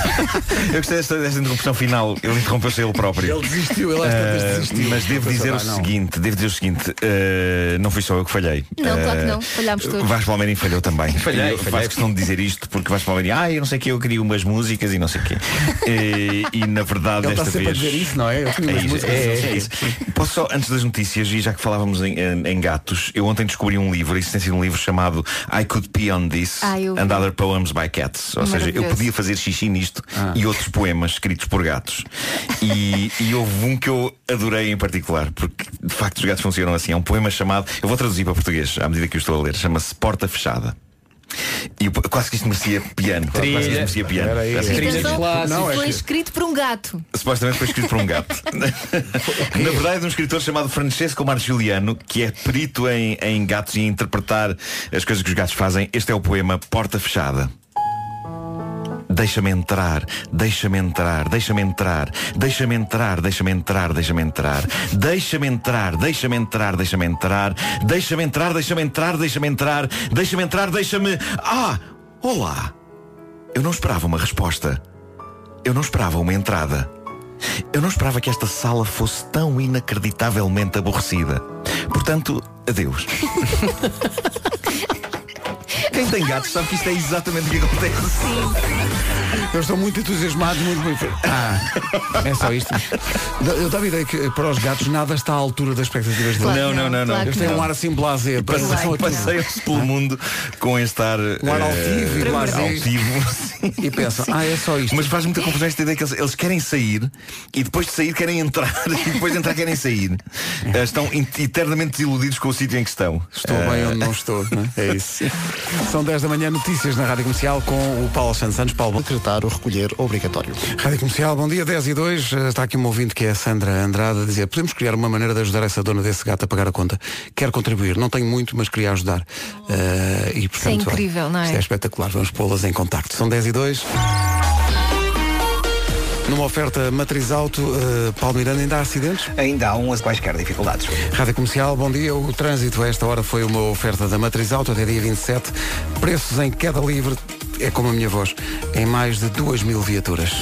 Speaker 12: Eu gostei desta, desta interrupção final. Ele interrompeu-se ele próprio.
Speaker 1: Ele desistiu, ele às tantas
Speaker 12: Eh,
Speaker 1: desistiu.
Speaker 12: Mas devo
Speaker 1: Pensou,
Speaker 12: dizer o
Speaker 1: "Ah, não."
Speaker 12: seguinte, devo dizer o seguinte, eh, não fui só eu que falhei.
Speaker 4: Não, claro que
Speaker 12: Eh,
Speaker 4: não. Falhámos todos.
Speaker 12: Vasco Palmeirim falhou também.
Speaker 4: Falhei,
Speaker 12: E eu
Speaker 4: falhei.
Speaker 12: Faço questão de dizer isto porque Vasco Palmeirim, ah, eu não sei o que, eu queria umas músicas e não sei o quê. Eh, e, na verdade
Speaker 1: Ele está
Speaker 12: desta
Speaker 1: sempre
Speaker 12: vez.
Speaker 1: a dizer isso, não é? Eu tenho umas
Speaker 12: É isso,
Speaker 1: músicas,
Speaker 12: é,
Speaker 1: não sei
Speaker 12: é
Speaker 1: o
Speaker 12: isso. Posso só, antes das notícias, e já que falávamos em, em- em gatos, eu ontem descobri um livro, isso tem sido um livro chamado I Could Pee on This
Speaker 4: Ah, eu vi.
Speaker 12: and Other Poems by Cats. Ou seja, eu
Speaker 4: Maravilhoso.
Speaker 12: podia fazer xixi nisto e outros poemas escritos por gatos. E, e houve um que eu adorei em particular, porque de facto os gatos funcionam assim. É um poema chamado, eu vou traduzir para português à medida que eu estou a ler, chama-se Porta Fechada. E o po- quase que isto merecia piano. quase que isto merecia piano. Peço desculpa.
Speaker 4: Atenção, foi escrito por um gato.
Speaker 12: Supostamente foi escrito por um gato. Na verdade, é de um escritor chamado Francesco Margiuliano, que é perito em, em gatos e em interpretar as coisas que os gatos fazem. Este é o poema Porta Fechada. Deixa-me entrar, deixa-me entrar, deixa-me entrar, deixa-me entrar, deixa-me entrar, deixa-me entrar, deixa-me entrar, deixa-me entrar, deixa-me entrar, deixa-me entrar, deixa-me entrar, deixa-me entrar, deixa-me entrar, deixa-me. Ah! Olá! Eu não esperava uma resposta. Eu não esperava uma entrada. Eu não esperava que esta sala fosse tão inacreditavelmente aborrecida. Portanto, adeus. Quem tem gatos sabe que isto é exatamente o que acontece. é.
Speaker 1: Eu estou muito entusiasmado, muito, muito. Ah, é só isto. Eu dava a ideia que para os gatos nada está à altura das expectativas deles.
Speaker 12: Claro que Não, não, não, não, não. claro
Speaker 1: Eles
Speaker 12: que
Speaker 1: têm um
Speaker 12: não.
Speaker 1: ar assim blazer.
Speaker 12: Passei- Passeiam-se pelo mundo com este ar,
Speaker 1: Um ar
Speaker 12: eh,
Speaker 1: altivo e blazer.
Speaker 12: altivo. sim.
Speaker 1: E pensam, ah, é só isto.
Speaker 12: Mas faz muita confusão esta ideia que eles, eles querem sair e depois de sair querem entrar e depois de entrar querem sair. Eh, Estão in- eternamente desiludidos com o sítio em Eh, que estão.
Speaker 1: Estou bem onde não estou, né? é isso. São 10 da manhã, notícias na Rádio Comercial com o Paulo Santos Santos. Paulo,
Speaker 9: decretar o recolher obrigatório.
Speaker 1: Rádio Comercial, bom dia, 10 e 2. Está aqui um ouvinte que é a Sandra Andrade a dizer podemos criar uma maneira de ajudar essa dona desse gato a pagar a conta. Quero contribuir, não tenho muito, mas queria ajudar. Eh, e, portanto, olha,
Speaker 4: incrível, não é?
Speaker 1: Isto é espetacular, vamos pô-las em contacto. São 10 e 2. Numa oferta matriz auto, eh, Paulo Miranda, ainda há acidentes?
Speaker 2: Ainda há umas quaisquer dificuldades.
Speaker 1: Rádio Comercial, bom dia. O trânsito a esta hora foi uma oferta da Matriz Auto até dia 27. Preços em queda livre, é como a minha voz, em mais de 2 mil viaturas.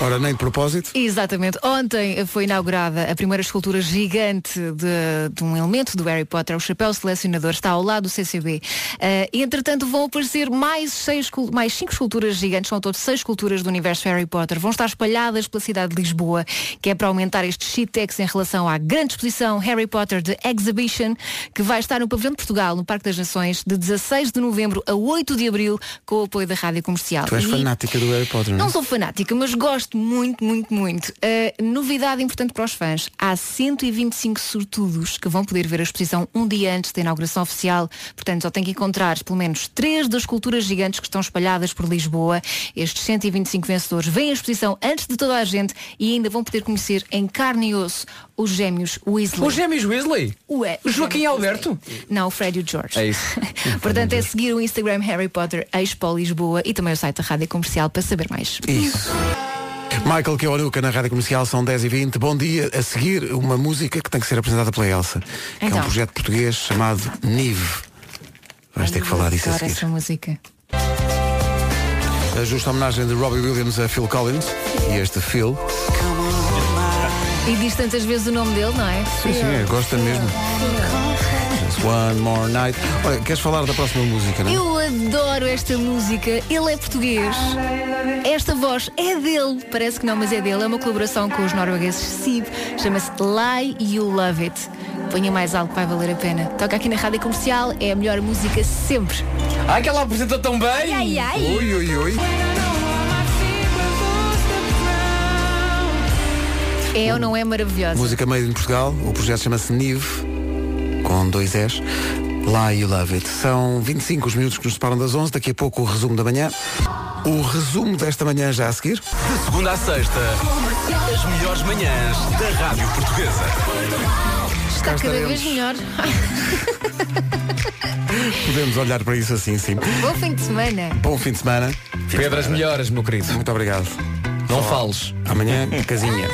Speaker 1: Ora, nem de propósito.
Speaker 4: Exatamente. Ontem foi inaugurada a primeira escultura gigante de, de um elemento do Harry Potter, o chapéu selecionador, está ao lado do CCB. Eh, e, entretanto, vão aparecer mais, seis, escul- mais cinco esculturas gigantes, são ao todo seis esculturas do universo Harry Potter. Vão estar espalhadas pela cidade de Lisboa, que é para aumentar este shitex em relação à grande exposição Harry Potter The Exhibition, que vai estar no Pavilhão de Portugal, no Parque das Nações, de 16 de novembro a 8 de abril, com o apoio da Rádio Comercial.
Speaker 1: Tu és
Speaker 4: E-
Speaker 1: fanática do Harry Potter, não é?
Speaker 4: não sou fanática, mas gosto gosto muito, muito, muito. Uh, novidade importante para os fãs. Há 125 sortudos que vão poder ver a exposição um dia antes da inauguração oficial. Portanto, só tem que encontrar pelo menos três das culturas gigantes que estão espalhadas por Lisboa. Estes 125 vencedores vêm à exposição antes de toda a gente e ainda vão poder conhecer em carne e osso os gêmeos Weasley.
Speaker 3: Os gêmeos Weasley?
Speaker 4: Ué,
Speaker 3: O Joaquim Alberto?
Speaker 4: Não, o Fred e o George.
Speaker 3: É isso.
Speaker 4: Portanto, é seguir o Instagram Harry Potter Expo Lisboa e também o site da Rádio Comercial para saber mais.
Speaker 1: Isso. Michael Keonuka na Rádio Comercial, são 10h20. Bom dia. A seguir, uma música que tem que ser apresentada pela Elsa. Que é
Speaker 4: Então.
Speaker 1: um projeto português chamado Nive. Vais ter que falar disso a
Speaker 4: Adoro
Speaker 1: seguir.
Speaker 4: essa música.
Speaker 1: A justa homenagem de Robbie Williams a Phil Collins e este Phil.
Speaker 4: E diz tantas vezes o nome dele, não é?
Speaker 1: Sim, sim, é, gosta mesmo. Just one more night. Olha, queres falar da próxima música, não é?
Speaker 4: Eu adoro esta música, ele é português. Esta voz é dele, parece que não, mas é dele. É uma colaboração com os noruegueses SIB, chama-se Lie You Love It. Ponha mais algo que vai valer a pena. Toca aqui na rádio comercial, é a melhor música sempre.
Speaker 3: Ai, que ela apresenta tão bem!
Speaker 4: Ai, ai, ai.
Speaker 1: Ui, ui, ui.
Speaker 4: É ou não é maravilhosa?
Speaker 1: Música made in Portugal, o projeto chama-se Nive, com dois S. Lá You Love It. São 25 os minutos que nos separam das 11, daqui a pouco o resumo da manhã. O resumo desta manhã já a seguir.
Speaker 11: De segunda à sexta, as melhores manhãs da Rádio Portuguesa.
Speaker 4: Está cada vez melhor.
Speaker 1: Podemos olhar para isso assim, sim.
Speaker 4: Bom fim de semana.
Speaker 1: Bom fim de semana.
Speaker 3: Pedro, as melhoras, meu querido.
Speaker 1: Muito obrigado.
Speaker 3: Não
Speaker 1: Só
Speaker 3: fales.
Speaker 1: Amanhã, casinha.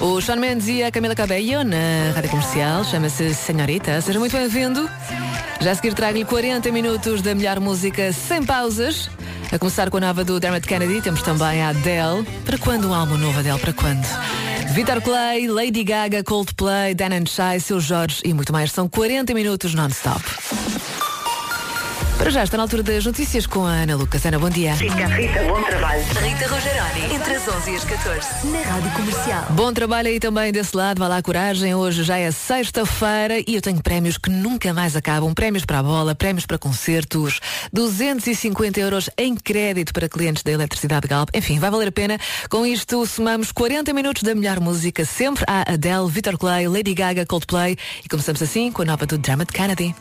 Speaker 16: O Sean Mendes e é a Camila Cabello na rádio comercial, chama-se Senhorita. Seja muito bem-vindo. Já a seguir trago-lhe 40 minutos da melhor música sem pausas. A começar com a nova do Dermot Kennedy, temos também a Adele. Para quando um álbum novo, Adele? Para quando? Vitor Clay, Lady Gaga, Coldplay, Dan and Shy, Seu Jorge e muito mais. São 40 minutos non-stop. Para já está na altura das notícias com a Ana Lucas. Ana, bom dia.
Speaker 17: Rita, bom trabalho.
Speaker 16: Rita Rogeroni, entre as 11 e as 14, na Rádio Comercial. Bom trabalho aí também desse lado, vai lá coragem. Hoje já é sexta-feira e eu tenho prémios que nunca mais acabam. Prémios para a bola, prémios para concertos, 250 euros em crédito para clientes da Eletricidade Galp. Enfim, vai valer a pena. Com isto, somamos 40 minutos da melhor música sempre a Adele, Vitor Clay, Lady Gaga, Coldplay. E começamos assim com a nova do Drama de Kennedy.